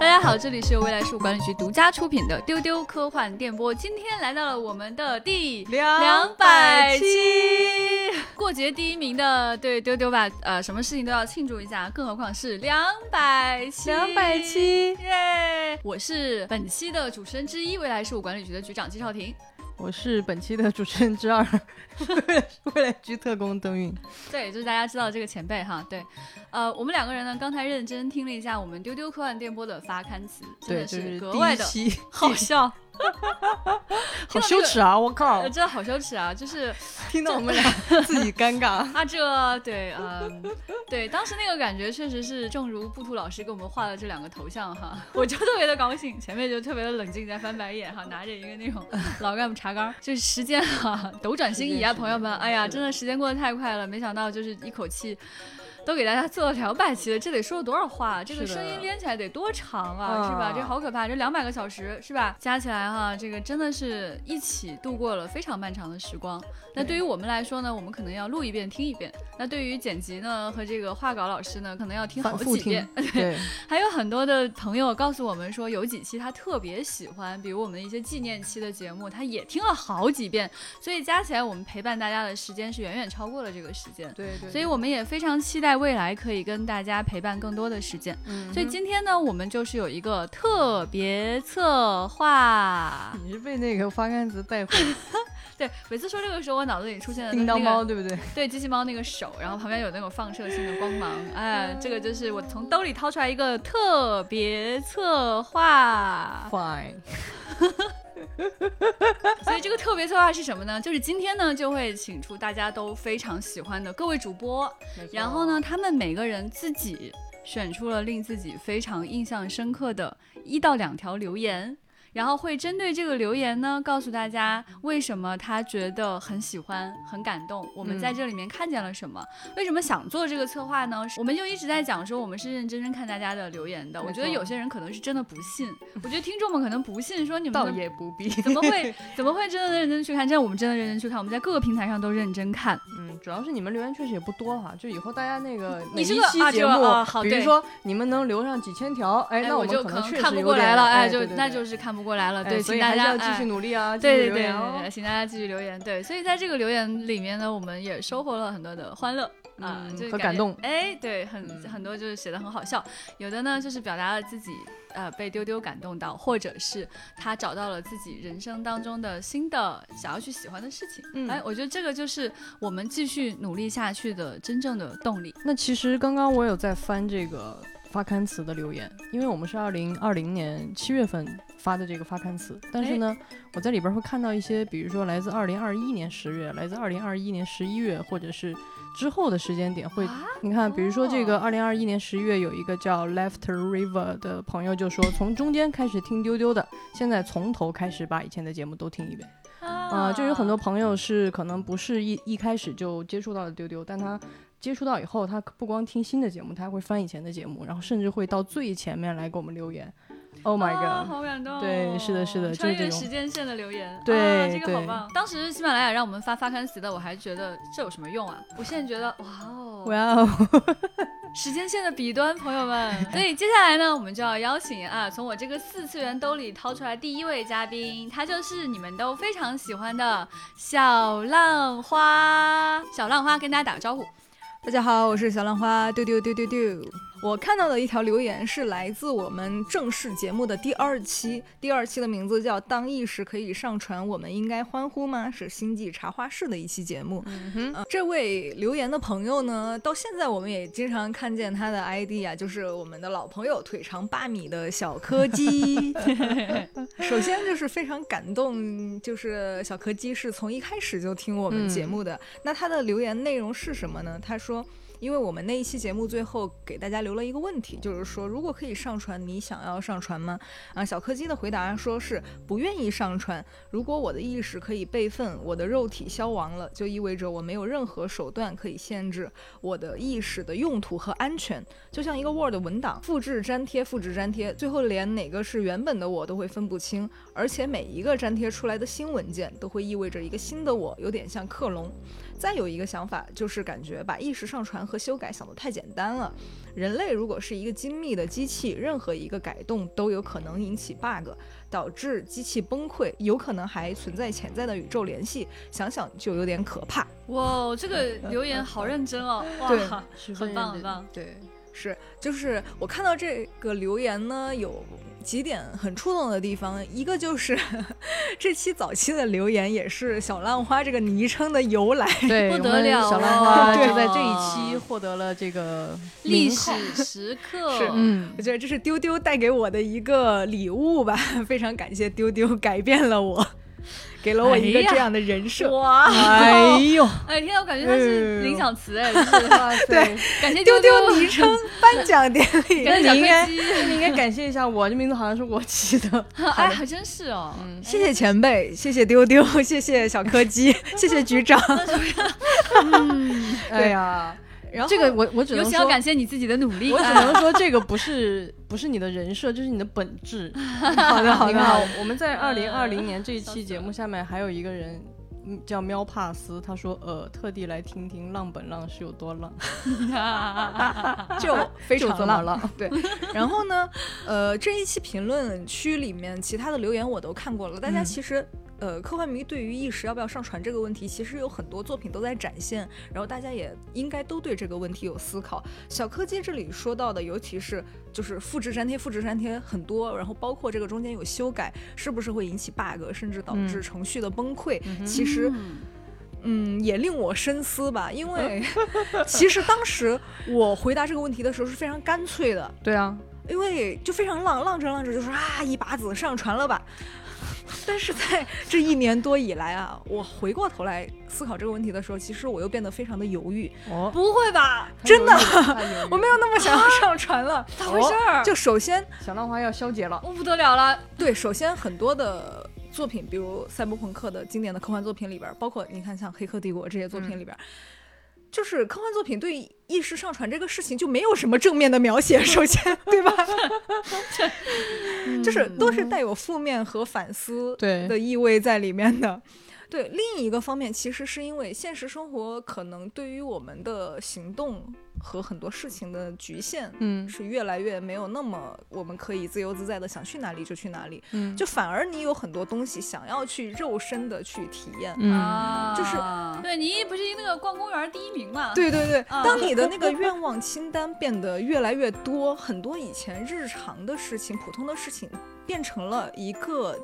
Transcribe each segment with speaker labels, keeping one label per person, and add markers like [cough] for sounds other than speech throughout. Speaker 1: 家好，这里是未来事务管理局独家出品的《丢丢科幻电波》，今天来到了我们的第两百期。过节第一名的，对丢丢吧，呃，什么事情都要庆祝一下，更何况是两百期。
Speaker 2: 两百，期，
Speaker 1: 耶！我是本期的主持人之一，未来事务管理局的局长季少廷。
Speaker 2: 我是本期的主持人之二， [laughs] 是未来局特工邓韵。
Speaker 1: 对，就是大家知道这个前辈哈，对，呃，我们两个人呢，刚才认真听了一下我们丢丢科幻电波的发刊词，真
Speaker 2: 对，
Speaker 1: 的
Speaker 2: 就是是
Speaker 1: 格外的
Speaker 2: 第一期，
Speaker 1: 好笑，
Speaker 2: 好羞耻啊！我靠
Speaker 1: 呃，真的好羞耻啊！就是
Speaker 2: [laughs] 听到我们俩自己尴
Speaker 1: [laughs]
Speaker 2: 尬。
Speaker 1: 啊，这对，嗯，对，当时那个感觉确实是，正如布图老师给我们画的这两个头像哈， [laughs] 我就特别的高兴，前面就特别的冷静，在翻白眼哈，拿着一个那种 [laughs] 老干部茶缸，就是时间啊，斗转星移啊，
Speaker 2: 时间
Speaker 1: 朋友们，
Speaker 2: 是的
Speaker 1: 哎呀，
Speaker 2: 是的
Speaker 1: 真的时间过得太快了，没想到就是一口气。都给大家做了两百期了，这得说了多少话啊？这个
Speaker 2: 是的
Speaker 1: 声音连起来得多长啊，
Speaker 2: 啊
Speaker 1: 是吧？这好可怕，这两百个小时是吧？加起来哈，这个真的是一起度过了非常漫长的时光。那对于我们来说呢，我们可能要录一遍听一遍；那对于剪辑呢和这个画稿老师呢，可能要听好
Speaker 2: 反复
Speaker 1: 几
Speaker 2: 听
Speaker 1: 遍。， [laughs]
Speaker 2: 对，
Speaker 1: 还有很多的朋友告诉我们说，有几期他特别喜欢，比如我们的一些纪念期的节目，他也听了好几遍。所以加起来，我们陪伴大家的时间是远远超过了这个时间。
Speaker 2: 对对
Speaker 1: 所以我们也非常期待未来可以跟大家陪伴更多的时间。
Speaker 2: 们
Speaker 1: 所以今天呢，我们就是有一个特别策划。
Speaker 2: [laughs] 你是被那个发刊词带火，
Speaker 1: 对，每次说这个时候，我脑子里出现的都是
Speaker 2: 叮当
Speaker 1: 那个
Speaker 2: 猫对不对？
Speaker 1: [laughs] 对机器猫那个手，然后旁边有那种放射性的光芒，哎，这个就是我从兜里掏出来一个特别策划，
Speaker 2: Fine，
Speaker 1: [laughs] 所以这个特别策划是什么呢？就是今天呢就会请出大家都非常喜欢的各位主播，然后呢，他们每个人自己选出了令自己非常印象深刻的一到两条留言。然后会针对这个留言呢，告诉大家为什么他觉得很喜欢、很感动，我们
Speaker 2: 嗯
Speaker 1: 在这里面看见了什么，为什么想做这个策划呢？我们就一直在讲说，我们是认真真看大家的留言的。
Speaker 2: 没
Speaker 1: 我觉得
Speaker 2: 错
Speaker 1: 有些人可能是真的不
Speaker 2: [laughs]
Speaker 1: 信，我觉得听众们可能不信，说你们
Speaker 2: 倒
Speaker 1: 怎么
Speaker 2: 也不必，
Speaker 1: 怎
Speaker 2: [laughs]
Speaker 1: 么会怎么会真的认真去看？真的我们真的认真去看，我们在各个平台上都认真看。
Speaker 2: 嗯，主要是你们留言确实也不多哈，就以后大家那个
Speaker 1: [laughs]
Speaker 2: 每
Speaker 1: 你
Speaker 2: 一
Speaker 1: 这
Speaker 2: 期
Speaker 1: 个啊
Speaker 2: 节
Speaker 1: 这个
Speaker 2: 目，
Speaker 1: 啊好
Speaker 2: 比
Speaker 1: 对
Speaker 2: 如说你们能留上几千条，哎，那
Speaker 1: 我
Speaker 2: 们
Speaker 1: 就
Speaker 2: 能确实
Speaker 1: 看不
Speaker 2: 有
Speaker 1: 过
Speaker 2: 点
Speaker 1: 来了，哎，
Speaker 2: 对
Speaker 1: 就
Speaker 2: 对
Speaker 1: 那
Speaker 2: 对
Speaker 1: 就是看不过来了。
Speaker 2: 哎
Speaker 1: 对，
Speaker 2: 所
Speaker 1: 请
Speaker 2: 以
Speaker 1: 大
Speaker 2: 还是
Speaker 1: 家
Speaker 2: 要继
Speaker 1: 哎
Speaker 2: 续努力
Speaker 1: [laughs]
Speaker 2: 啊，继续
Speaker 1: 对对
Speaker 2: 留
Speaker 1: 对
Speaker 2: 言
Speaker 1: 对
Speaker 2: 哦
Speaker 1: 对，。请大家继续留言。对，所以在这个留言里面呢，我们也收获了很多的欢乐啊，
Speaker 2: 嗯
Speaker 1: 就是
Speaker 2: 和
Speaker 1: 感
Speaker 2: 感
Speaker 1: 觉
Speaker 2: 动
Speaker 1: 哎，对，很
Speaker 2: 嗯
Speaker 1: 很多就是写的很好笑，有的呢就是表达了自己呃被丢丢感动到，或者是他找到了自己人生当中的新的想要去喜欢的事情。
Speaker 2: 嗯
Speaker 1: 哎，我觉得这个就是我们继续努力下去的真正的动力。
Speaker 2: [laughs] 那其实刚刚我有在翻这个发刊词的留言，因为我们是二零二零年七月份发的这个发刊词，但
Speaker 1: 哎
Speaker 2: 是呢，我在里边会看到一些，比如说来自二零二一年十月，来自二零二一年十一月，或者是之后的时间点会。
Speaker 1: 啊
Speaker 2: 你看，比如说这个
Speaker 1: 哦
Speaker 2: 二零二一年十一月有一个叫 Left River 的朋友就说，从中间开始听丢丢的，现在从头开始把以前的节目都听一遍。啊、就有很多朋友是可能不是一一开始就接触到的丢丢，但他接触到以后，他不光听新的节目，他还会翻以前的节目，然后甚至会到最前面来给我们留言。Oh my
Speaker 1: 啊
Speaker 2: god！、
Speaker 1: 好感动哦！
Speaker 2: 对是的是的就是
Speaker 1: 穿越
Speaker 2: 这种
Speaker 1: 时间线的留言，
Speaker 2: 对
Speaker 1: 啊这个好
Speaker 2: 对
Speaker 1: 棒。当时喜马拉雅让我们发发刊词的，我还觉得这有什么用啊？我现在觉得，哇哦，
Speaker 2: 哇哦，
Speaker 1: 时间线的彼端，朋
Speaker 2: [laughs]
Speaker 1: 友们。所以接下来呢，我们就要邀请啊，从我这个四次元兜里掏出来第一位嘉宾，他就是你们都非常喜欢的小浪花。小浪花跟大家打个招呼。
Speaker 3: 大家好，我是小浪花丢丢丢丢丢。我看到的一条留言是来自我们正式节目的第二期，第二期的名字叫《当意识可以上传，我们应该欢呼吗》，是星际茶话室的一期节目。
Speaker 2: 哼
Speaker 3: 呃这位留言的朋友呢，到现在我们也经常看见他的 ID 啊，就是我们的老朋友腿长八米的小柯基。首先就是非常感动，就是小柯基是从一开始就听我们节目的。那他的留言内容是什么呢？他说。因为我们那一期节目最后给大家留了一个问题，就是说如果可以上传，你想要上传吗？啊，小柯基的回答说是不愿意上传。如果我的意识可以备份，我的肉体消亡了，就意味着我没有任何手段可以限制我的意识的用途和安全。就像一个 Word 文档，复制粘贴，复制粘贴，最后连哪个是原本的我都会分不清，而且每一个粘贴出来的新文件都会意味着一个新的我，有点像克隆。再有一个想法就是感觉把意识上传和修改想得太简单了。人类如果是一个精密的机器，任何一个改动都有可能引起 bug，导致机器崩溃，有可能还存在潜在的宇宙联系，想想就有点可怕。
Speaker 1: 哇，这个留言好认真哦， [laughs]
Speaker 3: 对
Speaker 1: 哇，
Speaker 2: 十分
Speaker 1: 很棒
Speaker 2: 认真
Speaker 1: 很棒。
Speaker 3: 对，是，就是我看到这个留言呢，有几点很触动的地方，一个就是 [laughs] 这期早期的留言也是小浪花这个昵称的由来， [laughs]
Speaker 2: 对，
Speaker 1: 不
Speaker 2: 我
Speaker 1: 得
Speaker 2: 们
Speaker 1: 了
Speaker 2: 小浪花
Speaker 1: 了
Speaker 2: 就在这一期获得了这个
Speaker 1: 啊历
Speaker 2: 名号
Speaker 1: 史
Speaker 3: [laughs]
Speaker 2: [laughs]
Speaker 1: 时刻，
Speaker 3: 是
Speaker 2: 嗯，
Speaker 3: 我觉得这是丢丢带给我的一个礼物吧， [laughs] 非常感谢丢丢改变了我， [laughs] 给了我一个
Speaker 1: 哎呀
Speaker 3: 这样的人设。
Speaker 1: 哇，
Speaker 2: 哎
Speaker 3: [laughs]
Speaker 1: [laughs]
Speaker 2: 呦，
Speaker 1: 哎天啊，我感觉他是领奖词哎，就是
Speaker 3: 对，
Speaker 1: 感谢
Speaker 3: 丢
Speaker 1: 丢
Speaker 3: 丢昵称颁奖典
Speaker 1: [laughs]
Speaker 3: 礼，
Speaker 1: 感谢小
Speaker 2: 你应该
Speaker 1: 柯基，
Speaker 2: 你应该感谢一下我，这名字好像是我起的。
Speaker 1: [laughs] 哎还真是哦，
Speaker 3: 谢谢前辈，谢谢丢 [laughs] 丢，谢谢小柯
Speaker 2: [laughs]
Speaker 3: 基，谢谢局长。
Speaker 1: 嗯
Speaker 3: [laughs]
Speaker 2: 哎呀，
Speaker 3: 然后
Speaker 2: 这个我我只
Speaker 1: 尤
Speaker 2: 能
Speaker 1: 其要
Speaker 2: 说，
Speaker 1: 感谢你自己的努力，
Speaker 2: 我只
Speaker 1: 哎
Speaker 2: 能
Speaker 1: [laughs]
Speaker 2: 说这个不是不是你的人设，这是你的本 [laughs] 质。
Speaker 3: 好的好
Speaker 2: 你
Speaker 3: 的，
Speaker 2: 看
Speaker 3: 好
Speaker 2: 啊
Speaker 3: 的，
Speaker 2: 我们在二零二零年这一
Speaker 1: 笑
Speaker 2: 期
Speaker 1: 死
Speaker 2: 节目下面还有一个人。嗯叫喵帕斯，他说：“呃，特地来听听浪本浪是有多 [laughs] 浪，
Speaker 1: 嗯
Speaker 3: 就非
Speaker 2: 就
Speaker 3: 常
Speaker 2: 这么
Speaker 3: 浪
Speaker 2: 浪。
Speaker 3: [laughs] 对，然后呢，呃，这一期评论区里面其他的留言我都看过了，大家
Speaker 2: 嗯
Speaker 3: 其实。呃，科幻迷对于意识要不要上传这个问题，其实有很多作品都在展现，然后大家也应该都对这个问题有思考。小柯基这里说到的，尤其是就是复制粘贴、复制粘贴很多，然后包括这个中间有修改，是不是会引起 bug，甚至导致
Speaker 2: 嗯
Speaker 3: 程序的崩溃？
Speaker 2: 嗯哼
Speaker 3: 其实
Speaker 1: 嗯
Speaker 3: 嗯，也令我深思吧，因为
Speaker 2: 嗯
Speaker 3: 其实当时我回答这个问题的时候是非常干脆的，”
Speaker 2: [laughs] 对啊，
Speaker 3: 因为就非常浪，浪着浪着就说啊，一把子上传了吧。 [laughs] 但是在这一年多以来啊，我回过头来思考这个问题的时候，其实我又变得非常的犹豫，
Speaker 2: 哦，
Speaker 1: 不会吧？
Speaker 3: 真的
Speaker 2: 的
Speaker 3: 我没有那么想要上传
Speaker 2: [laughs]
Speaker 3: 了。
Speaker 1: 咋回事儿？
Speaker 3: 就首先
Speaker 2: 小浪花要消解了，
Speaker 1: 我不得了了，
Speaker 3: 对，首先很多的作品，比如赛博朋克的经典的科幻作品里边儿，包括你看像《黑客帝国》这些作品里边儿。就是科幻作品对意识上传这个事情就没有什么正面的描写，首先，对吧？就是都是带有负面和反思
Speaker 2: 对
Speaker 3: 的意味在里面的。对，另一个方面，其实是因为现实生活可能对于我们的行动和很多事情的局限，
Speaker 2: 嗯
Speaker 3: 是越来越没有那么我们可以自由自在的想去哪里就去哪里，
Speaker 2: 嗯
Speaker 3: 就反而你有很多东西想要去肉身的去体验。
Speaker 2: 嗯，
Speaker 1: 啊，
Speaker 3: 就是
Speaker 1: 对你不是那个逛公园第一名嘛？，
Speaker 3: 对对对，
Speaker 1: 啊
Speaker 3: 当你的那个愿望清单变得越来越多，很多以前日常的事情、普通的事情，变成了一个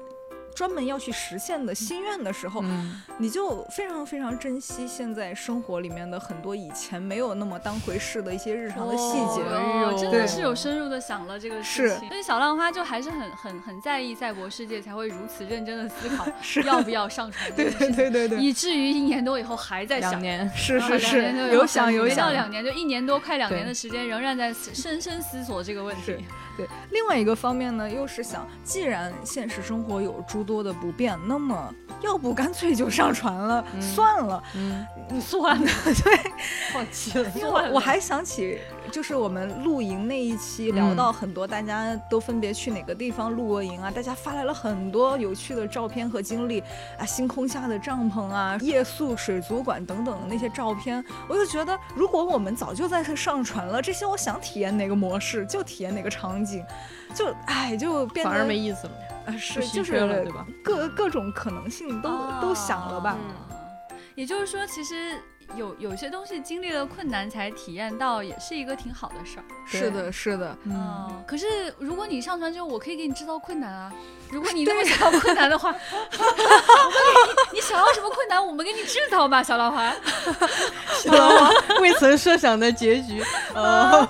Speaker 3: 专门要去实现的心愿的时候，
Speaker 2: 嗯
Speaker 3: 你就非常非常珍惜现在生活里面的很多以前没有那么当回事的一些日常的细节。
Speaker 1: 哦
Speaker 2: 哎呦
Speaker 1: 真的是有深入的想了这个事
Speaker 3: 是
Speaker 1: 情。所以小浪花就还是很很很在意赛博世界，才会如此认真的思考
Speaker 3: 是
Speaker 1: 要不要上传这
Speaker 3: 对
Speaker 1: 件事
Speaker 3: 对
Speaker 1: 情，
Speaker 3: 对对对，
Speaker 1: 以至于一年多以后还在想
Speaker 2: 两。年，
Speaker 3: 是
Speaker 1: 啊
Speaker 3: 是
Speaker 1: 两年多以
Speaker 3: 是，
Speaker 1: 后
Speaker 3: 有想
Speaker 1: 还
Speaker 3: 有
Speaker 1: 没到
Speaker 3: 想。
Speaker 1: 两年就一年多，快两年
Speaker 2: 对
Speaker 1: 的时间，仍然在思深深思索这个问
Speaker 3: 是
Speaker 1: 题。
Speaker 3: 对，另外一个方面呢，又是想，既然现实生活有诸多的不便，那么要不干脆就上传了，
Speaker 2: 嗯
Speaker 3: 算了。
Speaker 2: 嗯，
Speaker 3: [laughs]
Speaker 1: 算了，
Speaker 2: 放弃了，
Speaker 3: 因为我我还想起，就是我们露营那一期聊
Speaker 2: 嗯
Speaker 3: 到很多大家都分别去哪个地方露过营啊，大家发来了很多有趣的照片和经历啊，星空下的帐篷啊，夜宿水族馆等等的那些照片，我就觉得如果我们早就在上传了这些，我想体验哪个模式就体验哪个场景，就哎就变
Speaker 2: 反而
Speaker 3: 得
Speaker 2: 没意思了，
Speaker 3: 呃
Speaker 2: 不
Speaker 3: 是
Speaker 2: 稀
Speaker 3: 就
Speaker 2: 缺了，
Speaker 3: 是
Speaker 2: 对吧？
Speaker 3: 各各种可能性都、都想了吧，
Speaker 1: 啊也就是说，其实有有些东西经历了困难才体验到，也是一个挺好的事儿。
Speaker 3: 是的，是的，
Speaker 2: 嗯，
Speaker 1: 哦，可是如果你上传之后，我可以给你制造困难啊。如果你那么想要困
Speaker 3: [laughs]
Speaker 1: 难的话，我给你你想要什么困难，我们给你制造吧，小老华。
Speaker 2: 小浪花未曾设想的结局，呃，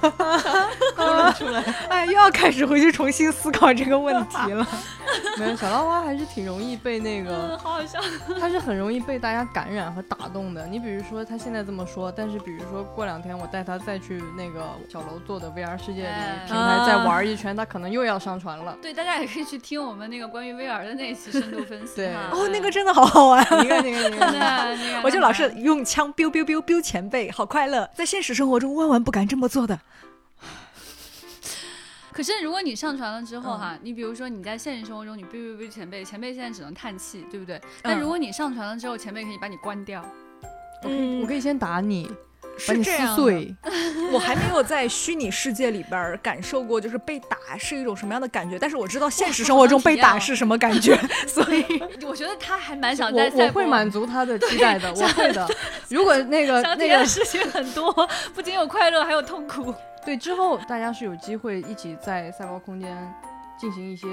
Speaker 2: [laughs] 透露出来。
Speaker 3: 哎， [laughs] 又要开始回去重新思考这个问题了。
Speaker 2: [laughs] 没有，小浪花还是挺容易被那
Speaker 1: 嗯，
Speaker 2: 个，
Speaker 1: 好好
Speaker 2: [laughs]
Speaker 1: 笑。
Speaker 2: 他是很容易被大家感染和打动的。你比如说，他现在这么说，但是比如说过两天我带他再去那个小楼做的 VR 世界
Speaker 1: 哎
Speaker 2: 里平台
Speaker 3: 啊
Speaker 2: 再玩一圈，他可能又要上传了。
Speaker 1: 对，大家也可以去听我们那个关于 VR 的那一期深度分析
Speaker 2: 对
Speaker 1: 哈。
Speaker 3: 哦，那个真 [laughs] 的好好玩。
Speaker 2: 你
Speaker 3: [laughs]
Speaker 2: 看，你看，你
Speaker 1: [laughs] 对，
Speaker 2: 看，
Speaker 1: 那个
Speaker 3: 我就老是用枪 biu biu biu biu 前辈，好快
Speaker 2: [laughs]
Speaker 3: 乐。在现实生活中万万不敢这么做的。
Speaker 1: 可是如果你上传了之后哈，你比如说你在现实生活中你哔哔嗯哔前辈，前辈现在只能叹气，对不对？但如果你上传了之后，前辈可以把你关掉。
Speaker 2: 我可以
Speaker 3: 嗯
Speaker 2: 我可以先打你，把
Speaker 3: 是
Speaker 2: 你
Speaker 3: 这
Speaker 2: 撕
Speaker 3: 样的。
Speaker 2: 碎。
Speaker 3: 我还没有在虚拟世界里边儿感受过，就是被打是一种什么样的感觉，但是我知道现实生活中被打是什么感
Speaker 2: [laughs]
Speaker 3: 觉，所以
Speaker 1: [laughs] 我觉得他还蛮想在
Speaker 2: 我我
Speaker 1: 赛
Speaker 2: 会
Speaker 1: 博
Speaker 2: 满足他
Speaker 1: [laughs]
Speaker 2: 的期待的，我会 [laughs] 的。如果那个
Speaker 1: 想
Speaker 2: 那
Speaker 1: 体
Speaker 2: 个
Speaker 1: 验的
Speaker 2: [laughs]
Speaker 1: 事情 [laughs] 很多，不仅有快乐，还有痛苦。
Speaker 2: 对之后，大家是有机会一起在赛博空间进行一些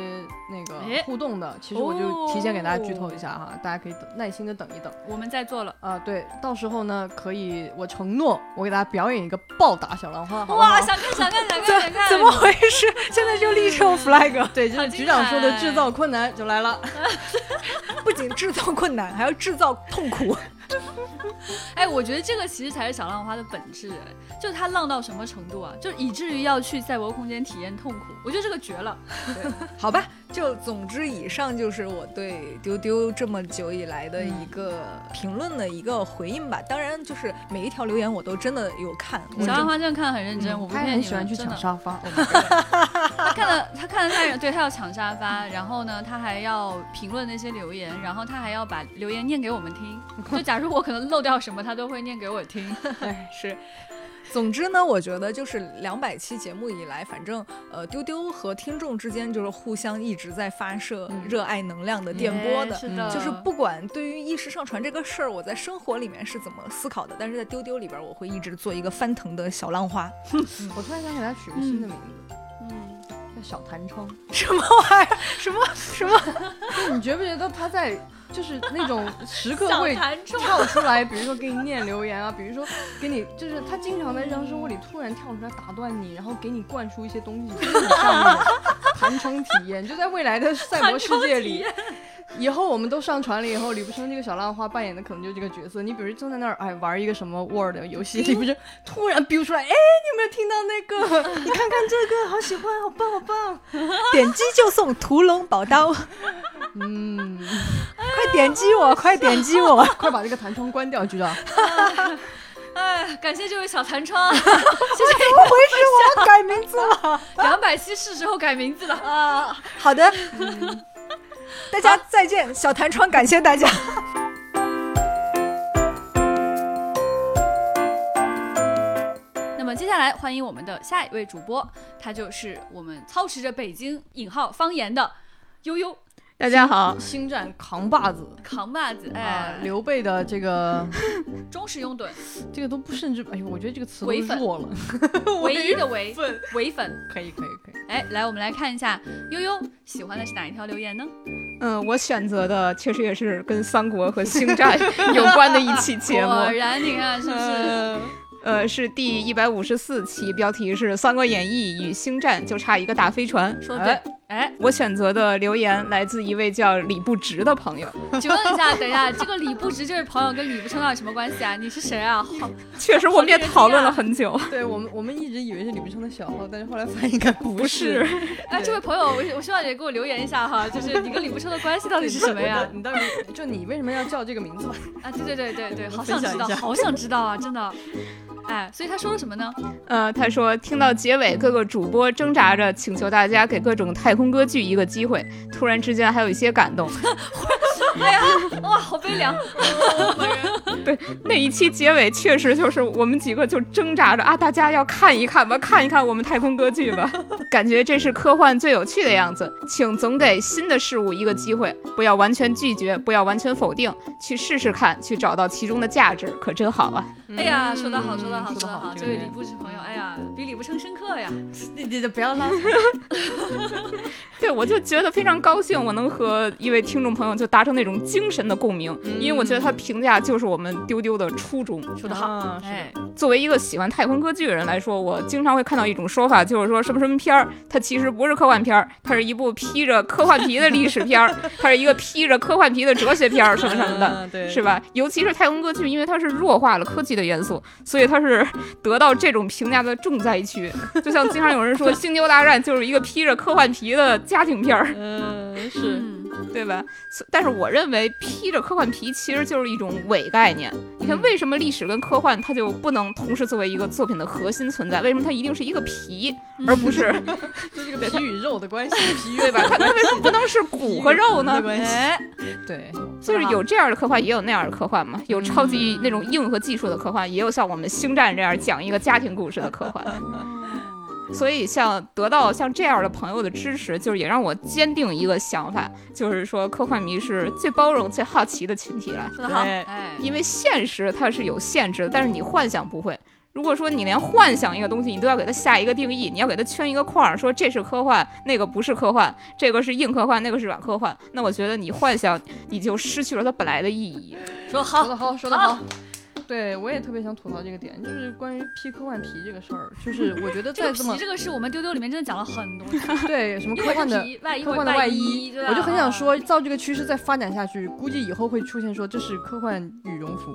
Speaker 2: 那个
Speaker 1: 诶
Speaker 2: 互动的。其实我就提前给大家剧透一下哈，大家可以等耐心的等一等
Speaker 1: 哦我们在做了，
Speaker 2: 啊、对，到时候呢，可以我承诺，我给大家表演一个暴打小兰花，好不好
Speaker 1: 哇，想看想看想看想
Speaker 2: [laughs]
Speaker 1: 看，
Speaker 3: 怎么回事？现在就立这种
Speaker 1: [laughs]
Speaker 3: flag，
Speaker 2: 对，就是
Speaker 1: 好精
Speaker 2: 局长说的
Speaker 1: 彩
Speaker 2: 制造困难就来 [laughs] 了。
Speaker 3: [laughs] 不仅制造困难，还要制造痛苦。
Speaker 1: 哎，我觉得这个其实才是小浪花的本质，哎就是他浪到什么程度啊，就以至于要去赛博空间体验痛苦。我觉得这个绝了。
Speaker 3: 好吧，就总之，以上就是我对丢丢这么久以来的一个评论的一个回应吧。当然，就是每一条留言我都真的有看，我
Speaker 1: 小
Speaker 3: 真
Speaker 1: 浪花真的看得很认真，我
Speaker 2: 嗯
Speaker 1: 不
Speaker 2: 他也
Speaker 1: 骗
Speaker 2: 很
Speaker 1: 你
Speaker 2: 喜欢
Speaker 1: 们
Speaker 2: 去
Speaker 1: 真
Speaker 2: 抢
Speaker 1: 的。
Speaker 2: 沙发，
Speaker 1: 他看了他看了太认，对他要抢沙发，然后呢，他还要评论那些留言，然后他还要把留言念给我们听。就假如我可能漏掉什么，他都会念给我听。
Speaker 3: [laughs] 哎是。总之呢，我觉得就是两百期节目以来，反正呃，丢丢和听众之间就是互相一直在发射
Speaker 2: 嗯
Speaker 3: 热爱能量的电波的。嗯
Speaker 1: 哎是的，
Speaker 3: 就是不管对于意识上传这个事儿，我在生活里面是怎么思考的，但是在丢丢里边，我会一直做一个翻腾的小浪花。
Speaker 2: [laughs] 我突然想给他取个新的名字，
Speaker 1: 嗯，
Speaker 2: 叫小弹窗。
Speaker 3: 什么玩意儿？什么什么？
Speaker 2: [laughs] 你觉不觉得他在就是那种时刻
Speaker 1: 小
Speaker 2: 会
Speaker 1: 弹窗。
Speaker 2: 跳出来，比如说给你念留言啊，比如说给你，就是他经常在日常生活里突然跳出来打断你，然后给你灌输一些东西，就是你上面弹窗体验，就在未来的赛博世界里。以后我们都上传了以后，李不生这个小浪花扮演的可能就是这个角色。你比如正在那儿哎玩一个什么 Word 游戏，李不生突然飙出来，哎，你有没有听到那个？你看看这个，好喜欢，好棒，好棒。
Speaker 3: [laughs] 点击就送屠龙宝
Speaker 2: [laughs]
Speaker 3: 刀，
Speaker 2: 嗯，
Speaker 3: 快点击我，快点击我！
Speaker 2: [laughs] 快把这个弹窗关掉，局长。
Speaker 1: 哎，感谢这位小
Speaker 3: [laughs]
Speaker 1: 弹窗，谢
Speaker 3: 怎
Speaker 1: 谢。
Speaker 3: 么回事？我要改名字了。
Speaker 1: 两百期是时候改名字了。
Speaker 3: 啊，好的，
Speaker 2: 嗯
Speaker 3: [laughs] 大家再见，小弹窗，感谢大家。
Speaker 1: 那么接下来欢迎我们的下一位主播，他就是我们操持着北京引号方言的悠悠
Speaker 4: 大家好，
Speaker 2: 星战扛把子
Speaker 1: 扛把子，
Speaker 2: 啊
Speaker 1: 哎，，
Speaker 2: 刘备的这个
Speaker 1: 忠实拥趸，
Speaker 2: 这个都不甚至，哎呦，我觉得这个词都
Speaker 1: 唯粉
Speaker 2: 弱
Speaker 1: [laughs]
Speaker 2: 了。
Speaker 1: 唯一的唯唯粉。
Speaker 2: 可以，可以，可以。
Speaker 1: 哎，来，我们来看一下悠悠喜欢的是哪一条留言呢？
Speaker 4: 嗯，我选择的确实也是跟三国和星战有关的一期节目，
Speaker 1: [laughs] 果然，你看是不是？
Speaker 5: 嗯
Speaker 4: 呃呃，是第一百五十四期，标题是《三国演义》与星战就差一个大飞船。
Speaker 1: 说对，哎，
Speaker 4: 我选择的留言来自一位叫李不直的朋友，
Speaker 1: 请问一下，等一下，这个李不直这位朋友跟李不称道有什么关系啊？你是
Speaker 4: [laughs]
Speaker 1: 谁啊？好，
Speaker 4: [laughs] 确实我们也讨论了
Speaker 1: 啊
Speaker 4: 很
Speaker 1: [laughs]
Speaker 4: 久。 [laughs]
Speaker 2: 对我们，我们一直以为是李明生的小号，但是后来发现应该不是。
Speaker 1: 哎，这位朋友，我我希望你给我留言一下哈，就是你跟李不称的关系到底是什么呀？
Speaker 2: [laughs] 你到底就你为什么要叫这个名字吧？
Speaker 1: 啊，对对对对对，好
Speaker 2: 分
Speaker 1: 想
Speaker 2: 享
Speaker 1: 知
Speaker 2: 一
Speaker 1: 道，
Speaker 2: 下
Speaker 1: 好想知道啊，真的。哎，所以他说了
Speaker 2: [laughs]
Speaker 1: 什么呢？
Speaker 4: 呃，他说听到结尾各个主播挣扎着请求大家给各种太空歌剧一个机会，突然之间还有一些感动。
Speaker 1: 哎呀，哇，好悲凉！
Speaker 4: 那一期结尾确实就是我们几个就挣扎着啊，大家要看一看吧，看一看我们太空歌剧吧， [laughs] 感觉这是科幻最有趣的样子。请总给新的事物一个机会，不要完全拒绝，不要完全否定，去试试看，去找到其中的价值，可真好啊！
Speaker 1: 哎呀，说得好，说得好，
Speaker 2: 嗯说
Speaker 1: 说
Speaker 2: 得好
Speaker 1: 得好，
Speaker 2: 这
Speaker 1: 这
Speaker 2: 个
Speaker 1: 位
Speaker 2: 人
Speaker 1: 李不是朋友，哎呀，比李不称深刻呀。
Speaker 2: 你你你不要拉，
Speaker 4: [laughs] 对，我就觉得非常高兴，我能和一位听众朋友就达成那种精神的共鸣，
Speaker 2: 嗯
Speaker 4: 因为我觉得他评价就是我们丢丢的初衷。
Speaker 1: 说得好
Speaker 2: 啊是的
Speaker 1: 哎，
Speaker 4: 作为一个喜欢太空歌剧的人来说，我经常会看到一种说法，就是说什么什么片儿，它其实不是科幻片儿，它是一部披着科幻皮的历史片儿，它是一个披着科幻皮的哲学片儿，什么什么的。
Speaker 2: 嗯，对，
Speaker 4: 是？吧？尤其是太空歌剧，因为它是弱化了科技的元素，所以它
Speaker 2: [laughs]
Speaker 4: 是得到这种评价的重灾区。就像经常有人说，《星球大战》就是一个披着科幻皮的家庭片儿。
Speaker 2: 嗯，是。
Speaker 1: 嗯，
Speaker 4: 对吧？所但是我认为披着科幻皮其实就是一种伪概念。你
Speaker 2: 嗯
Speaker 4: 看，为什么历史跟科幻它就不能同时作为一个作品的核心存在？为什么它一定是一个皮，而不是
Speaker 2: [laughs] 这是个皮与肉的关 [laughs] 系，皮
Speaker 4: 对吧？它它为什么 [laughs] 不能是骨和肉呢 [laughs]
Speaker 2: 皮与骨的？关系
Speaker 4: 哎，
Speaker 2: 对，
Speaker 4: 就是有这样的科幻，也有那样的科幻嘛，有超级那种硬核技术的科幻，也有像我们《星战》这样讲一个家庭故事的科幻。 [laughs] 所以，像得到像这样的朋友的支持，就是也让我坚定一个想法，就是说科幻迷是最包容、最好奇的群体了。
Speaker 1: 说得好，
Speaker 2: 对
Speaker 1: 哎，
Speaker 4: 因为现实它是有限制的，但是你幻想不会。如果说你连幻想一个东西，你都要给它下一个定义，你要给它圈一个框儿，说这是科幻，那个不是科幻，这个是硬科幻，那个是软科幻，那我觉得你幻想你就失去了它本来的意义。
Speaker 1: 说
Speaker 2: 说
Speaker 1: 得好，
Speaker 2: 得好，说得好。对，我也特别想吐槽这个点，就是关于披科幻皮这个事儿，就是我觉得
Speaker 1: 这个
Speaker 2: 再这么
Speaker 1: 皮这个是我们丢丢里面真的讲了很多
Speaker 2: [laughs]
Speaker 1: 次，
Speaker 2: 对什么
Speaker 1: 一
Speaker 2: 科
Speaker 1: 会
Speaker 2: 幻
Speaker 1: 儿是
Speaker 2: 的
Speaker 1: 皮，外一
Speaker 2: 科
Speaker 1: 会
Speaker 2: 幻
Speaker 1: 儿
Speaker 2: 的外
Speaker 1: 衣，
Speaker 2: 衣
Speaker 1: 对，吧嗯
Speaker 2: 我就很想，说，照这个趋势再发展下去，估计以后会出现说这是科幻羽绒服，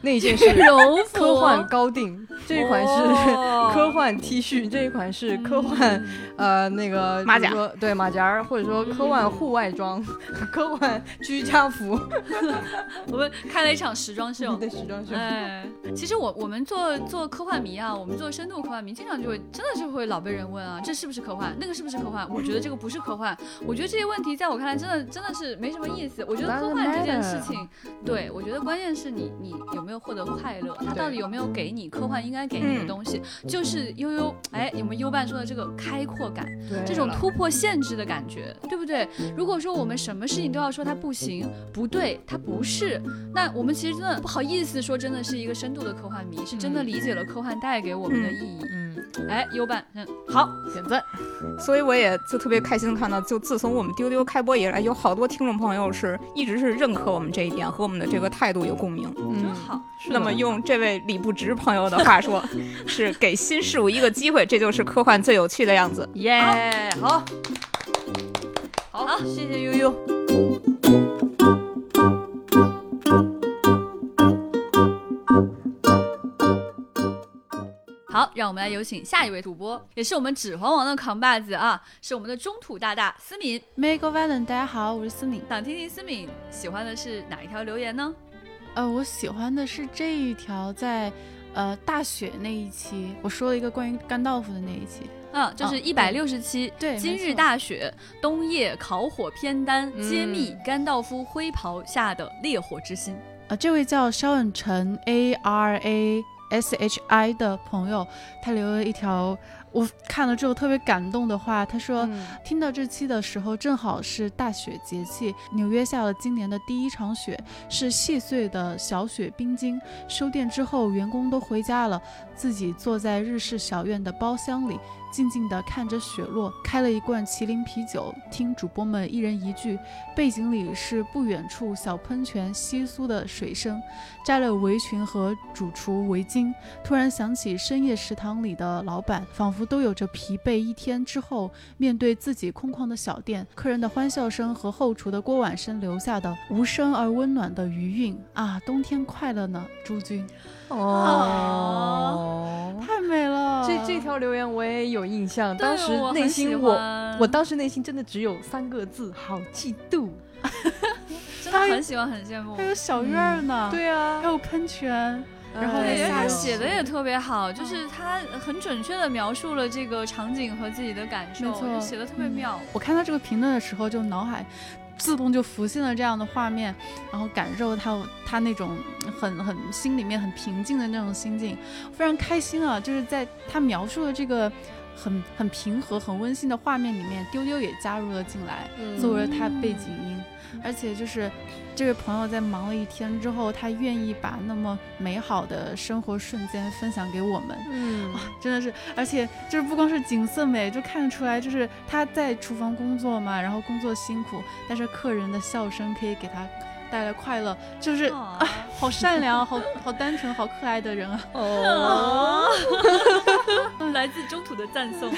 Speaker 2: 那一
Speaker 1: [laughs]
Speaker 2: 件是
Speaker 1: 柔服哦
Speaker 2: 科幻高定，这一款是 [laughs] 科幻 T 恤，这一款是科幻
Speaker 1: 嗯
Speaker 2: 呃那个
Speaker 4: 马
Speaker 2: 比如说对马甲儿，或者说科幻户外装、科幻居家服，
Speaker 1: [laughs] 我们开了一场时装
Speaker 2: [laughs]
Speaker 1: 秀。
Speaker 2: 对时装秀。
Speaker 1: 哎，其实我我们做做科幻迷啊，我们做深度科幻迷，经常就会真的是会老被人问啊，这是不是科幻？那个是不是科幻？我觉得这个不是科幻。我觉得这些问题在我看来真的真的是没什么意思。我觉得
Speaker 2: Doesn't
Speaker 1: 科幻这件
Speaker 2: matter
Speaker 1: 事情，对我觉得关键是你你有没有获得快乐，它到底有没有给你科幻应该给你的
Speaker 4: 嗯
Speaker 1: 东西，就是悠悠哎，我们优伴说的这个开阔感。
Speaker 2: 对
Speaker 1: 这种突破限制的感觉，对不对？如果说我们什么事情都要说它不行、不对、它不是，那我们其实真的不好意思说，真的是一个深度的科幻迷，是真的理解了科幻带给我们的意义。
Speaker 2: 嗯，
Speaker 1: 哎，优伴，嗯，好，
Speaker 2: 点赞，嗯
Speaker 4: 所以我也就特别开心地看到，就自从我们丢丢开播以来，有好多听众朋友是一直是认可我们这一点和我们的这个态度有共鸣。
Speaker 1: 真
Speaker 2: 嗯，
Speaker 1: 好，
Speaker 2: 是
Speaker 4: 那
Speaker 2: 的
Speaker 4: 么用这位理不直朋友的话
Speaker 2: [laughs]
Speaker 4: 说，是给新事物一个机会，这就是科幻最有趣的样子。
Speaker 1: 耶、好，
Speaker 2: 好，谢谢悠悠。
Speaker 1: 好，让我们来有请下一位主播，也是我们指环王的扛把子啊，是我们的中土大大思敏。
Speaker 5: Mega Valen，大家好，我是思敏。
Speaker 1: 想听听思敏喜欢的是哪一条留言呢？
Speaker 5: 呃，我喜欢的是这一条在，呃大雪那一期，我说了一个关于甘道夫的那一期。
Speaker 1: 嗯，就是
Speaker 5: 哦
Speaker 1: 一百六十七，
Speaker 5: 对
Speaker 1: 今
Speaker 5: 没
Speaker 1: 日
Speaker 5: 错
Speaker 1: 大雪，冬夜烤火偏单，
Speaker 2: 嗯
Speaker 1: 揭秘甘道夫灰袍下的烈火之心。
Speaker 5: 呃，这位叫肖远晨 A R A S H I 的朋友，他留了一条我看了之后特别感动的话，他说。听到这期的时候，正好是大雪节气，纽约下了今年的第一场雪，是细碎的小雪冰晶。收店之后，员工都回家了，自己坐在日式小院的包厢里，静静地看着雪落。开了一罐麒麟啤酒，听主播们一人一句，背景里是不远处小喷泉窸窣的水声。摘了围裙和主厨围巾，突然想起深夜食堂里的老板，仿佛都有着疲惫一天之后面对自己空旷的小店，客人的欢笑声和后厨的锅碗声留下的无声而温暖的余韵啊！冬天快乐呢，朱军，啊
Speaker 2: 哦，
Speaker 5: 太美了。
Speaker 2: 这这条留言我也有印象，
Speaker 1: 对
Speaker 2: 当时
Speaker 1: 我
Speaker 2: 内
Speaker 1: 很喜
Speaker 2: 心我
Speaker 1: 欢
Speaker 2: 我当时内心真的只有三个字：好嫉妒。
Speaker 1: 真的很喜欢，很羡慕
Speaker 5: 还。有小院儿
Speaker 1: 嗯
Speaker 5: 呢，，
Speaker 2: 对啊
Speaker 5: 还，有喷泉，然后
Speaker 1: 对，
Speaker 5: 哎
Speaker 1: 因为他
Speaker 5: 呀
Speaker 1: 写的也特别好，
Speaker 5: 嗯
Speaker 1: 就是他很准确的描述了这个场景和自己的感受，
Speaker 5: 没错嗯
Speaker 1: 就写的特别妙。
Speaker 5: 我看到这个评论的时候，就脑海自动就浮现了这样的画面，然后感受他他那种很很心里面很平静的那种心境，非常开心啊！就是在他描述的这个很很平和、很温馨的画面里面，丢丢也加入了进来，
Speaker 1: 嗯
Speaker 5: 作为他背景音。而且就是这位朋友在忙了一天之后，他愿意把那么美好的生活瞬间分享给我们，
Speaker 6: [laughs]
Speaker 2: 嗯，
Speaker 5: 真的是，而且就是不光是景色美，就看得出来，就是他在厨房工作嘛，然后工作辛苦，但是客人的笑声可以给他带来快乐，就是啊
Speaker 1: 哦
Speaker 5: 好善良、好好单纯、好可爱的人啊！
Speaker 1: [laughs]
Speaker 2: 哦，
Speaker 1: 来自中土的赞颂，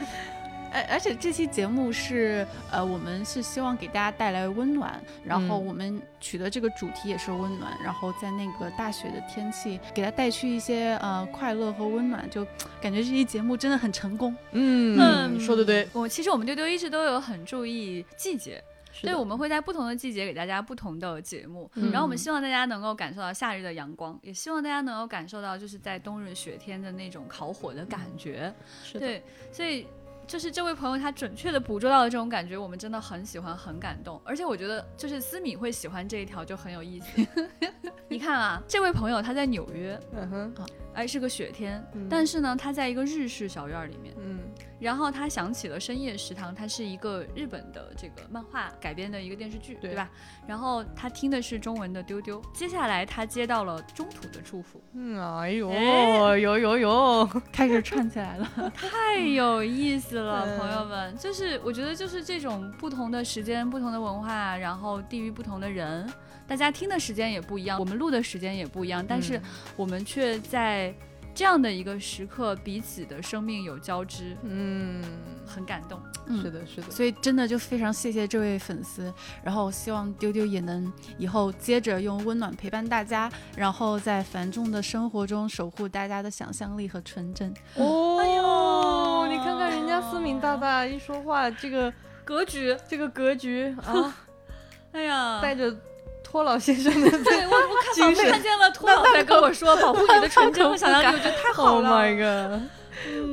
Speaker 5: [laughs] 而而且这期节目是呃，我们是希望给大家带来温暖，然后
Speaker 2: 嗯
Speaker 5: 我们取的这个主题也是温暖，然后在那个大雪的天气，给他带去一些呃快乐和温暖，就感觉这期节目真的很成功。
Speaker 2: 嗯，说的对，
Speaker 1: 我其实我们丢丢一直都有很注意季节，
Speaker 2: 是
Speaker 1: 对，
Speaker 2: 的
Speaker 1: 我们会在不同的季节给大家不同的节目，
Speaker 2: 嗯
Speaker 1: 然后我们希望大家能够感受到夏日的阳光，也希望大家能够感受到就是在冬日雪天的那种烤火的感觉。
Speaker 2: 是的，
Speaker 1: 对，所以就是这位朋友他准确的捕捉到了这种感觉，我们真的很喜欢，很感动。而且我觉得就是思敏会喜欢这一条就很有意思。 [laughs] 你看啊，这位朋友他在纽约，
Speaker 2: 嗯哼，
Speaker 1: 哎，是个雪天，
Speaker 2: 嗯
Speaker 1: 但是呢，他在一个日式小院儿里面。
Speaker 2: 嗯
Speaker 1: 然后他想起了《深夜食堂》，它是一个日本的这个漫画改编的一个电视剧，对
Speaker 2: 对
Speaker 1: 吧？然后他听的是中文的《丢丢》，接下来他接到了中土的祝福，
Speaker 2: 嗯，哎呦
Speaker 1: 哎
Speaker 2: 呦呦呦，
Speaker 5: 开始串起来了。
Speaker 2: [laughs]
Speaker 1: 太有意思了，
Speaker 2: 嗯
Speaker 1: 朋友们！就是我觉得就是这种不同的时间、不同的文化，然后地域不同的人，大家听的时间也不一样，我们录的时间也不一样，但是我们却在这样的一个时刻，彼此的生命有交织，
Speaker 2: 嗯，
Speaker 1: 很感动。
Speaker 5: 嗯
Speaker 2: 是的，是的，
Speaker 5: 所以真的就非常谢谢这位粉丝，然后希望丢丢也能以后接着用温暖陪伴大家，然后在繁重的生活中守护大家的想象力和纯真。
Speaker 1: 哎
Speaker 2: 哦，哎你看看人家思敏大大一说话，这个
Speaker 1: 格局，
Speaker 2: 这个格局啊，
Speaker 1: [laughs] 哎呀，
Speaker 2: 带着托老先生的
Speaker 1: 对我我看
Speaker 2: 精
Speaker 1: 到
Speaker 2: 神
Speaker 1: 看见了托老在跟我说保护你的纯真和想象力，我觉得太好
Speaker 2: ，Oh
Speaker 1: 了嗯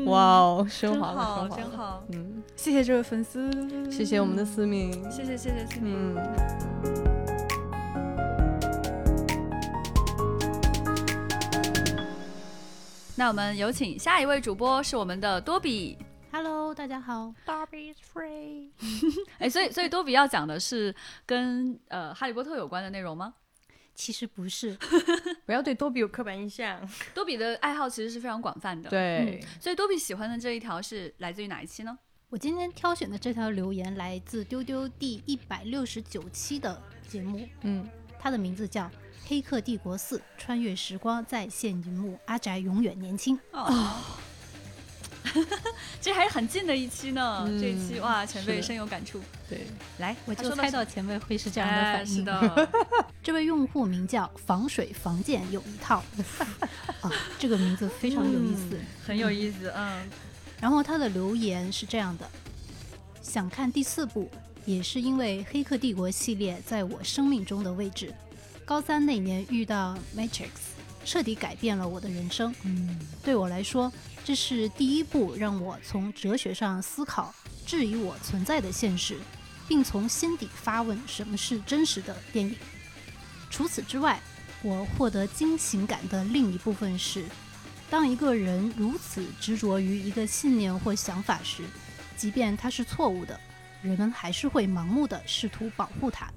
Speaker 2: my god，哇哦，升
Speaker 1: 真
Speaker 2: 华了，
Speaker 1: 好
Speaker 2: 升华
Speaker 1: 真
Speaker 2: 了，
Speaker 1: 好，
Speaker 2: 嗯，
Speaker 5: 谢谢这位粉丝，
Speaker 2: 谢谢我们的思敏，
Speaker 1: 谢谢谢谢思明。
Speaker 2: 嗯。
Speaker 1: 那我们有请下一位主播是我们的多比，
Speaker 6: Hello，大家好。Barbie's free。
Speaker 1: 哎，所以所以多比要讲的是跟呃哈利波特有关的内容吗？
Speaker 6: 其实不
Speaker 1: [laughs]
Speaker 6: 是，
Speaker 2: 不要对多比有刻板印象。
Speaker 1: 多比的爱好其实是非常广泛的，，嗯
Speaker 2: 对，
Speaker 1: 所以多比喜欢的这一条是来自于哪一期呢？
Speaker 6: 我今天挑选的这条留言来自丢丢第一百六十九期的节目，
Speaker 2: 嗯，
Speaker 6: 它的名字叫《黑客帝国四：穿越时光再现荧幕，阿宅永远年轻》。
Speaker 1: 哦。这还是很近的一期呢，
Speaker 2: 嗯
Speaker 1: 这一期哇，前辈
Speaker 2: 是的
Speaker 1: 深有感触。
Speaker 2: 对，
Speaker 1: 来，
Speaker 6: 我
Speaker 1: 他
Speaker 6: 就
Speaker 1: 说的
Speaker 6: 猜
Speaker 1: 是
Speaker 6: 到前辈会是这样的
Speaker 1: 哎
Speaker 6: 反
Speaker 1: 是
Speaker 6: 应。[laughs]
Speaker 1: [laughs] 的，
Speaker 6: 这位用户名叫防水防溅有一
Speaker 1: [laughs]
Speaker 6: 套，啊，这个名字非常有意思。
Speaker 1: 嗯很有意思，嗯，
Speaker 6: 然后他的留言是这样的：想看第四部，也是因为《黑客帝国》系列在我生命中的位置。高三那年遇到《Matrix》，彻底改变了我的人生。
Speaker 2: 嗯，
Speaker 6: 对我来说，这是第一部让我从哲学上思考、质疑我存在的现实，并从心底发问什么是真实的电影。除此之外，我获得惊醒感的另一部分是，当一个人如此执着于一个信念或想法时，即便它是错误的，人们还是会盲目的试图保护它。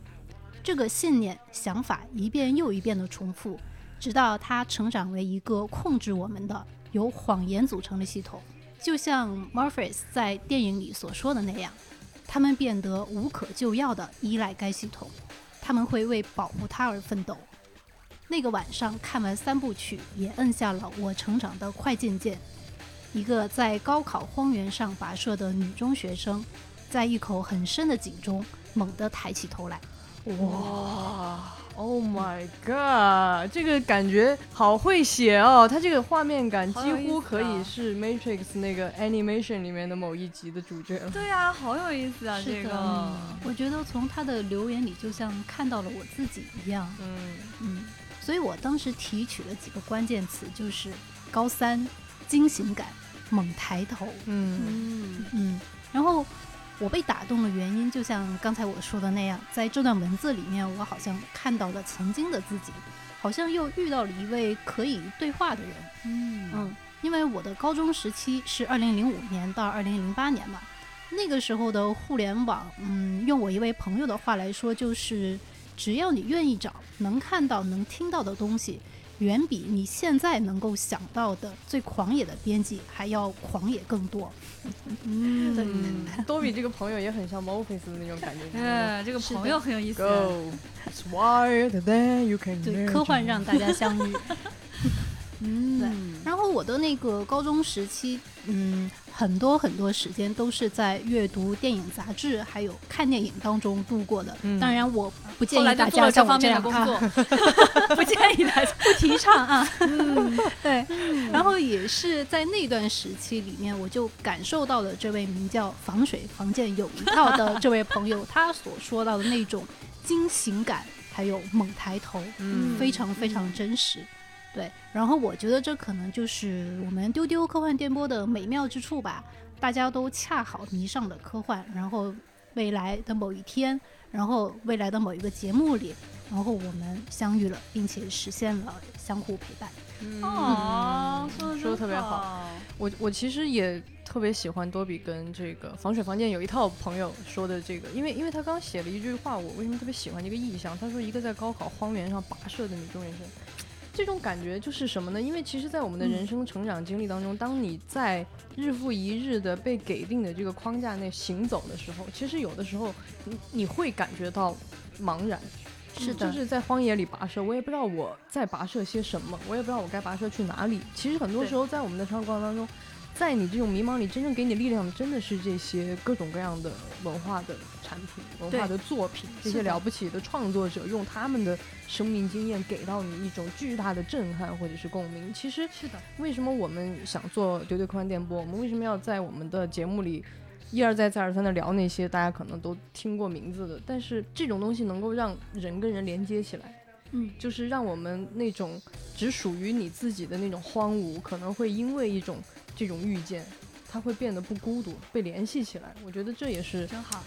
Speaker 6: 这个信念、想法一遍又一遍的重复，直到它成长为一个控制我们的由谎言组成的系统。就像 Morpheus 在电影里所说的那样，他们变得无可救药的依赖该系统，他们会为保护它而奋斗。那个晚上看完三部曲，也摁下了我成长的快进键。一个在高考荒原上跋涉的女中学生，在一口很深的井中猛地抬起头来。
Speaker 2: 哇，Oh my god，这个感觉好会写哦，它这个画面感
Speaker 1: 好
Speaker 2: 几
Speaker 1: 有意
Speaker 2: 乎
Speaker 1: 思
Speaker 2: 可以
Speaker 1: 啊
Speaker 2: 是 Matrix 那个 animation 里面的某一集的主角了。
Speaker 1: 对啊，好有意思啊，
Speaker 6: 是
Speaker 1: 这
Speaker 6: 的
Speaker 1: 个。
Speaker 6: 我觉得从他的留言里，就像看到了我自己一样。
Speaker 2: 嗯，
Speaker 6: 嗯，所以我当时提取了几个关键词，就是高三、惊醒感、猛抬头。
Speaker 2: 嗯
Speaker 1: 嗯，
Speaker 6: 嗯，然后我被打动的原因，就像刚才我说的那样，在这段文字里面，我好像看到了曾经的自己，好像又遇到了一位可以对话的人。嗯因为我的高中时期是二零零五年到二零零八年嘛，那个时候的互联网，嗯，用我一位朋友的话来说，就是只要你愿意找，能看到、能听到的东西。远比你现在能够想到的最狂野的编辑还要狂野更多。
Speaker 2: 嗯，多比这个朋友也很像 Morpheus 的那种感觉。你知道
Speaker 1: [laughs]
Speaker 2: 吗
Speaker 1: 哎，这个
Speaker 6: 是
Speaker 1: 朋
Speaker 6: 的
Speaker 1: 友很有意思。
Speaker 2: Go, it's wider than you
Speaker 1: [laughs]
Speaker 2: can
Speaker 6: 对，
Speaker 2: imagine
Speaker 6: 科幻让大家相遇。嗯，对。然后我的那个高中时期，嗯，很多很多时间都是在阅读电影杂志还有看电影当中度过的。
Speaker 2: 嗯
Speaker 6: 当然，我不建
Speaker 1: 后来
Speaker 6: 议
Speaker 1: 就
Speaker 6: 大
Speaker 1: 做
Speaker 6: 家
Speaker 1: 了这
Speaker 6: 像我
Speaker 1: 方
Speaker 6: 这样
Speaker 1: 面的工
Speaker 6: 啊，
Speaker 1: 作， [laughs] 不建议大家。
Speaker 6: 不提倡
Speaker 1: [laughs]
Speaker 6: 啊。对，
Speaker 1: 嗯
Speaker 6: 然后也是在那段时期里面，我就感受到了这位名叫“防水防溅有一套”的这位朋友他所说到的那种惊醒感，还有猛抬头，
Speaker 2: 嗯
Speaker 6: 非常非常真实。对，然后我觉得这可能就是我们丢丢科幻电波的美妙之处吧，大家都恰好迷上了科幻，然后未来的某一天，然后未来的某一个节目里，然后我们相遇了，并且实现了相互陪伴。
Speaker 1: 嗯哦，说
Speaker 2: 说
Speaker 1: 得
Speaker 2: 得特别
Speaker 1: 好
Speaker 2: 好，我我其实也特别喜欢多比跟这个防水房间有一套朋友说的这个，因为因为他刚写了一句话，我为什么特别喜欢这个意象？他说一个在高考荒原上跋涉的女中学生，这种感觉就是什么呢？因为其实，在我们的
Speaker 1: 嗯
Speaker 2: 人生成长经历当中，当你在日复一日的被给定的这个框架内行走的时候，其实有的时候你你会感觉到茫然。
Speaker 6: 是的
Speaker 2: 就是在荒野里跋涉，我也不知道我在跋涉些什么，我也不知道我该跋涉去哪里。其实很多
Speaker 1: 对
Speaker 2: 时候，在我们的成长过程当中，在你这种迷茫里，真正给你力量的，真的是这些各种各样的文化的产品、文化的作品，这些了不起的创作者用他们的生命经验给到你一种巨大的震撼或者是共鸣。其实
Speaker 6: 是的，
Speaker 2: 为什么我们想做丢丢科幻电波？我们为什么要在我们的节目里一而再、再而三的聊那些大家可能都听过名字的？但是这种东西能够让人跟人连接起来，
Speaker 6: 嗯，
Speaker 2: 就是让我们那种只属于你自己的那种荒芜，可能会因为一种这种遇见，它会变得不孤独，被联系起来。我觉得这也是
Speaker 6: 真好。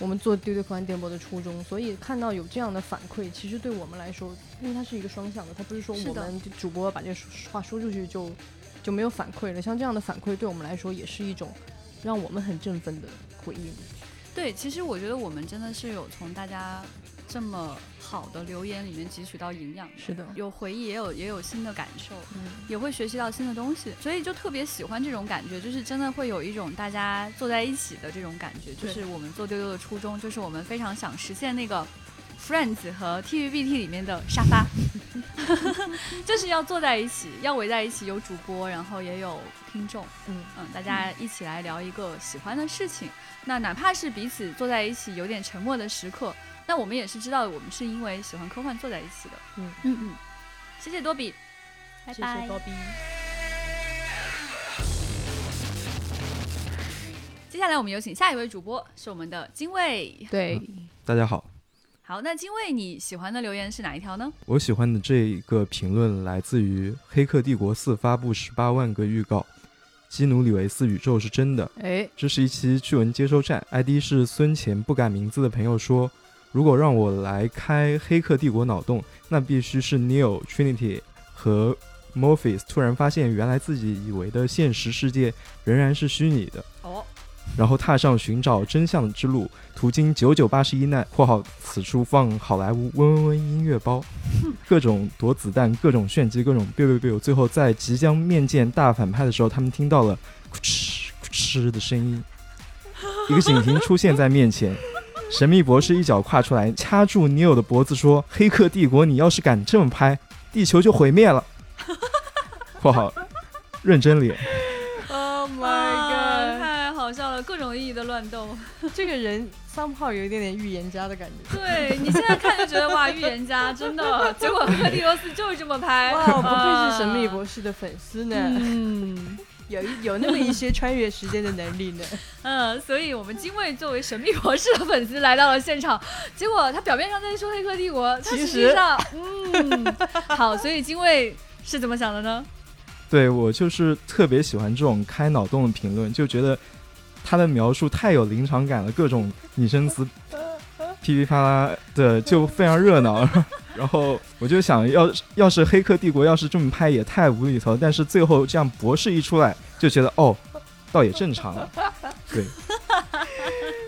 Speaker 2: 我们做丢丢科幻电波的初衷，所以看到有这样的反馈，其实对我们来说，因为它是一个双向的，它不是说
Speaker 1: 是
Speaker 2: 我
Speaker 1: 的
Speaker 2: 们主播把这话说出去就就没有反馈了。像这样的反馈，对我们来说也是一种让我们很振奋的回应。
Speaker 1: 对，其实我觉得我们真的是有从大家这么好的留言里面汲取到营养的，
Speaker 2: 是的，
Speaker 1: 有回忆，也有也有新的感受，
Speaker 2: 嗯
Speaker 1: 也会学习到新的东西，所以就特别喜欢这种感觉，就是真的会有一种大家坐在一起的这种感觉，就是我们做丢丢的初衷，就是我们非常想实现那个。Friends 和 TVBT 里面的沙发， [laughs] 就是要坐在一起，要围在一起，有主播，然后也有听众，
Speaker 2: 嗯
Speaker 1: 嗯，大家一起来聊一个喜欢的事情。那哪怕是彼此坐在一起有点沉默的时刻，那我们也是知道我们是因为喜欢科幻坐在一起的。
Speaker 6: 嗯嗯，
Speaker 1: 谢谢多比，
Speaker 6: 拜
Speaker 2: 谢谢
Speaker 6: 拜。
Speaker 2: 高斌。
Speaker 1: 接下来我们有请下一位主播，是我们的金卫。
Speaker 2: 对，
Speaker 7: 大家好，
Speaker 1: 好，那金卫你喜欢的留言是哪一条呢？
Speaker 7: 我喜欢的这一个评论来自于《黑客帝国四》发布十八万个预告，基努里维斯宇宙是真的。
Speaker 2: 哎，
Speaker 7: 这是一期趣闻接收站，ID 是孙乾不改名字的朋友说，如果让我来开《黑客帝国》脑洞，那必须是 Neo、Trinity 和 Morpheus 突然发现，原来自己以为的现实世界仍然是虚拟的。
Speaker 1: 哦，
Speaker 7: 然后踏上寻找真相之路，途经九九八十一难（括号此处放好莱坞嗡嗡嗡音乐包），各种躲子弹，各种炫技，各种 biu biu biu，最后在即将面见大反派的时候，他们听到了咕哧咕哧的声音，一个警亭出现在面前。神秘博士一脚跨出来，掐住尼欧的脖子说：“黑客帝国，你要是敢这么拍，地球就毁灭了。”（括号认真脸
Speaker 2: Oh
Speaker 1: 啊
Speaker 2: my god！、
Speaker 1: 太好笑了，各种意义的乱斗。
Speaker 2: 这个人 somehow 有一点点预言家的感觉。
Speaker 1: 对你现在看就觉得哇，预言家真的，结果赫蒂罗斯就是这么拍。嗯
Speaker 2: 哇，不愧是神秘博士的粉丝呢。嗯，有一有那么一些穿越时间的能力 [laughs] 呢。
Speaker 1: 嗯，所以我们金卫作为神秘博士的粉丝来到了现场，结果他表面上在说《黑客帝国》，他
Speaker 2: 其
Speaker 1: 实际
Speaker 2: 实
Speaker 1: 上，嗯，好，所以金卫是怎么想的呢？
Speaker 7: 对我就是特别喜欢这种开脑洞的评论，就觉得他的描述太有临场感了，各种拟声词噼里啪啦的就非常热闹。 [laughs] 然后我就想要，要是《黑客帝国》要是这么拍也太无厘头，但是最后这样博士一出来，就觉得哦，倒也正常了，对。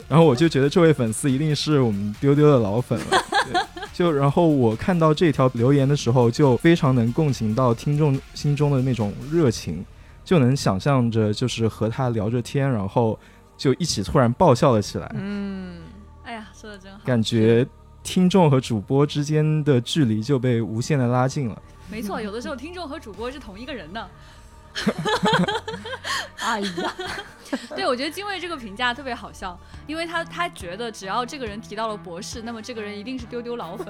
Speaker 7: 然后我就觉得这位粉丝一定是我们丢丢的老粉了。对就然后我看到这条留言的时候，就非常能共情到听众心中的那种热情，就能想象着就是和他聊着天，然后就一起突然爆笑了起来，
Speaker 2: 嗯，
Speaker 1: 哎呀，说的真好，
Speaker 7: 感觉听众和主播之间的距离就被无限的拉近了。
Speaker 2: 嗯 [laughs]
Speaker 1: 没错，有的时候听众和主播是同一个人呢。哎呀， [laughs] 对，我觉得金卫这个评价特别好笑，因为他他觉得只要这个人提到了博士，那么这个人一定是丢丢老
Speaker 2: [laughs]
Speaker 1: 粉，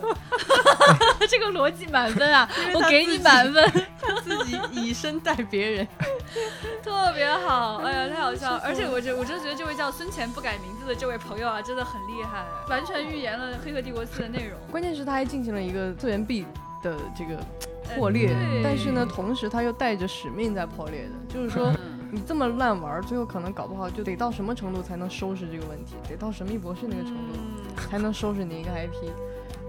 Speaker 1: 这个逻辑满分啊！我给你满分， [laughs]
Speaker 2: [laughs] 自己以身代别人。
Speaker 1: 特别好，哎呀，太好笑了！而且我真我真觉得这位叫孙权不改名字的这位朋友啊，真的很厉害，完全预言了《黑客帝国四》的内容。
Speaker 2: 关键是他还进行了一个资源币的这个破裂，
Speaker 1: 对
Speaker 2: 但是呢，同时他又带着使命在破裂的，就是说。
Speaker 1: 嗯
Speaker 2: 你这么烂玩儿，最后可能搞不好就得到什么程度才能收拾这个问题，得到神秘博士那个程度、才能收拾你一个 IP。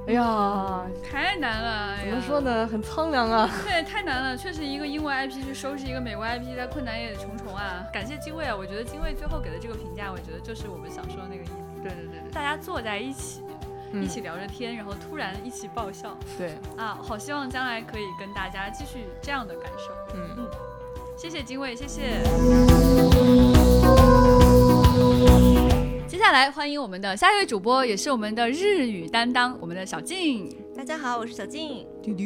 Speaker 2: 哎呀，
Speaker 1: 太难了，哎
Speaker 2: 怎么说
Speaker 1: 呢？
Speaker 2: 呢，很苍凉啊！
Speaker 1: 对，太难了，确实一个英文 IP 去收拾一个美国 IP，它困难也重重啊。感谢金卫啊，我觉得金卫最后给的这个评价，我觉得就是我们想说的那个意思。对对对对，嗯大家坐在一起，一起聊着天，然后突然一起爆笑
Speaker 2: 对，
Speaker 1: 啊！好希望将来可以跟大家继续这样的感受。
Speaker 2: 嗯，
Speaker 1: 谢谢金卫，谢谢。接下来欢迎我们的下一位主播，也是我们的日语担当，我们的小静。
Speaker 8: 大家好，我是小静。
Speaker 2: 丢丢，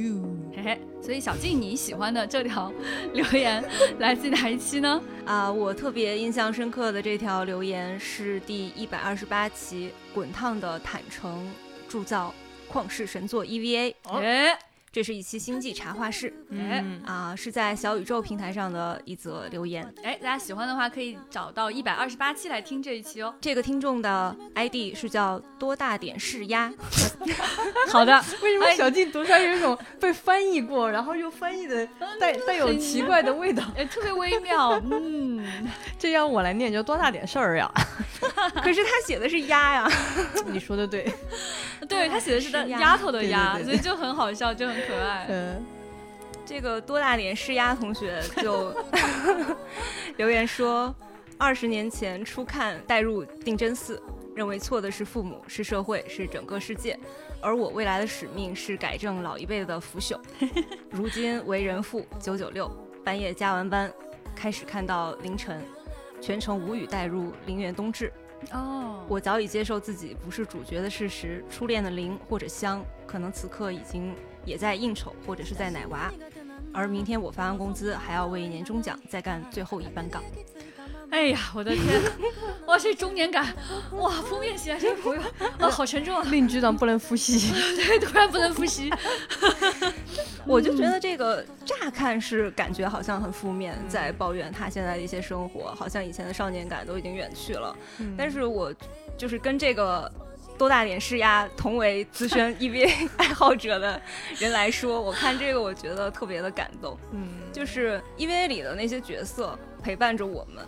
Speaker 1: 嘿嘿，所以小静，你喜欢的这条留言来自哪一期呢？
Speaker 8: 啊，我特别印象深刻的这条留言是第一百二十八期《滚烫的坦诚铸造旷世神作 EVA》，
Speaker 1: 哎、
Speaker 8: 这是一期星际茶话室
Speaker 1: 哎
Speaker 8: 啊，是在小宇宙平台上的一则留言。
Speaker 1: 哎，大家喜欢的话可以找到一百二十八期来听这一期哦。
Speaker 8: 这个听众的 ID 是叫多大点是鸭，
Speaker 2: [laughs]
Speaker 1: 好的，
Speaker 2: 为什么
Speaker 1: 哎
Speaker 2: 小静读出来有一种被翻译过，然后又翻译的带带有奇怪的味道？
Speaker 1: 哎，特别微妙，嗯，
Speaker 2: [laughs] 这要我来念就多大点事儿呀？
Speaker 8: [laughs]
Speaker 2: [laughs]
Speaker 8: 可是他写的是鸭呀。
Speaker 2: 你说的对，[laughs]
Speaker 1: [laughs] 对他写的是
Speaker 8: 是
Speaker 1: 的
Speaker 8: 鸭
Speaker 1: 丫头的丫，
Speaker 2: 对对对
Speaker 1: 所以就很好笑，就很可爱。
Speaker 2: 嗯，
Speaker 8: 这个多大脸是鸭同学就留言说，二十年前初看带入定真寺，认为错的是父母，是社会，是整个世界，而我未来的使命是改正老一辈的腐朽。如今为人父，九九六，半夜加完班，开始看到凌晨，全程无语带入林原冬至。
Speaker 1: 哦，
Speaker 8: 我早已接受自己不是主角的事实，初恋的林或者香，可能此刻已经也在应酬或者是在奶娃，而明天我发完工资还要为年终奖再干最后一班岗。
Speaker 1: 哎呀，我的天，哇，这中年感，哇，扑面袭来，这位朋友，哇，好沉
Speaker 2: [laughs]
Speaker 1: 重啊，
Speaker 2: 令局长不能复习。
Speaker 1: [laughs] 对，突然不能复习。
Speaker 8: 我就觉得这个乍看是感觉好像很负面，在抱怨他现在的一些生活，好像以前的少年感都已经远去了。但是我就是跟这个。多大点是呀？同为资深 EVA [laughs] 爱好者的人来说，我看这个我觉得特别的感动。
Speaker 2: 嗯，
Speaker 8: 就是 EVA 里的那些角色陪伴着我们，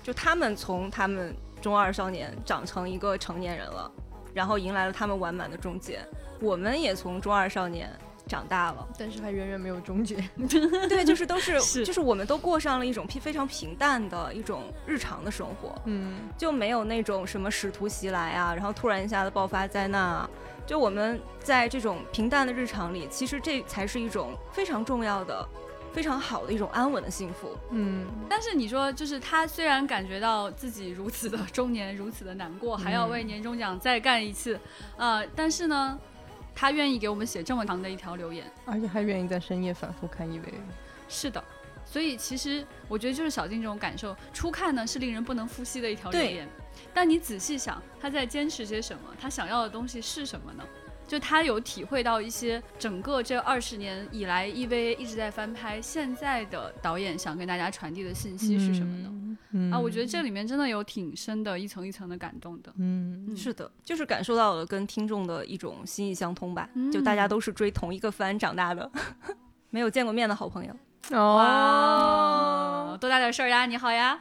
Speaker 8: 就他们从他们中二少年长成一个成年人了，然后迎来了他们完满的终结。我们也从中二少年长大了，
Speaker 2: 但是还远远没有终结。 [laughs]
Speaker 8: 对，就是都是
Speaker 1: 是
Speaker 8: 就是我们都过上了一种平非常平淡的一种日常的生活，
Speaker 2: 嗯，
Speaker 8: 就没有那种什么使徒袭来啊，然后突然一下子爆发灾难啊。就我们在这种平淡的日常里，其实这才是一种非常重要的、非常好的一种安稳的幸福。
Speaker 2: 嗯，
Speaker 1: 但是你说，就是他虽然感觉到自己如此的中年，如此的难过，还要为年终奖再干一次，呃，但是呢，他愿意给我们写这么长的一条留言，
Speaker 2: 而且还愿意在深夜反复看 EVA。
Speaker 1: 是的。所以其实我觉得就是小静这种感受，初看呢是令人不能呼吸的一条留
Speaker 8: 对
Speaker 1: 言，但你仔细想，他在坚持些什么？他想要的东西是什么呢？就他有体会到一些整个这二十年以来 EVA 一直在翻拍，现在的导演想跟大家传递的信息是什么呢？
Speaker 2: 嗯
Speaker 1: 啊，我觉得这里面真的有挺深的一层一层的感动的。 [laughs]
Speaker 2: 嗯，
Speaker 1: 嗯
Speaker 8: 是的，就是感受到了跟听众的一种心意相通吧，
Speaker 1: 嗯
Speaker 8: 就大家都是追同一个番长大的， [laughs] 没有见过面的好朋友。
Speaker 1: 哇，哦多大点事儿呀？你好呀，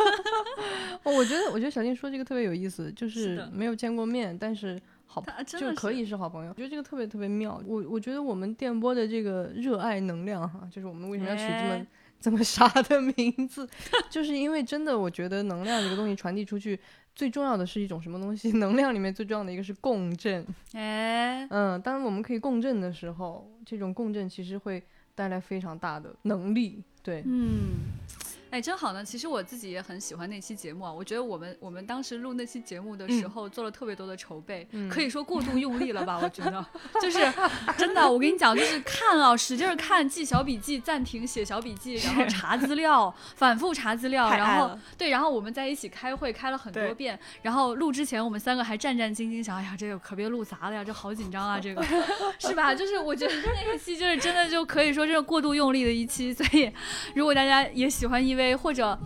Speaker 2: [laughs] 哦，我觉得我觉得小静说这个特别有意思，就是是
Speaker 1: 的
Speaker 2: 没有见过面，但是好
Speaker 1: 他啊真的
Speaker 2: 就可
Speaker 1: 是
Speaker 2: 以是好朋友。我觉得这个特别特别妙。我我觉得我们电波的这个热爱能量哈，就是我们为什么要取这么、
Speaker 1: 哎
Speaker 2: 这么傻的名字， [laughs] 就是因为真的我觉得能量这个东西传递出去。最重要的是一种什么东西？ [laughs] 能量里面最重要的一个是共振。
Speaker 1: 哎，
Speaker 2: 嗯，当我们可以共振的时候，这种共振其实会带来非常大的能力。对，
Speaker 1: 嗯，哎，真好呢！其实我自己也很喜欢那期节目啊，我觉得我们我们当时录那期节目的时
Speaker 8: 嗯
Speaker 1: 候做了特别多的筹备，可以说过度用力了吧？我
Speaker 8: [laughs]
Speaker 1: 觉得，就是真的，我跟你讲，就是看啊，使劲儿看，记小笔记，暂停写小笔记，然后查资料，反复查资料，
Speaker 8: 太爱
Speaker 1: 然后
Speaker 8: 了
Speaker 1: 对，然后我们在一起开会开了很多
Speaker 8: 对
Speaker 1: 遍，然后录之前我们三个还战战兢兢想，哎呀，这个可别录砸了呀，这好紧张啊，
Speaker 8: [laughs]
Speaker 1: 这个是吧？就是我觉得那一期就是真的就可以说是过度用力的一期，所以如果大家也喜欢 EV 或者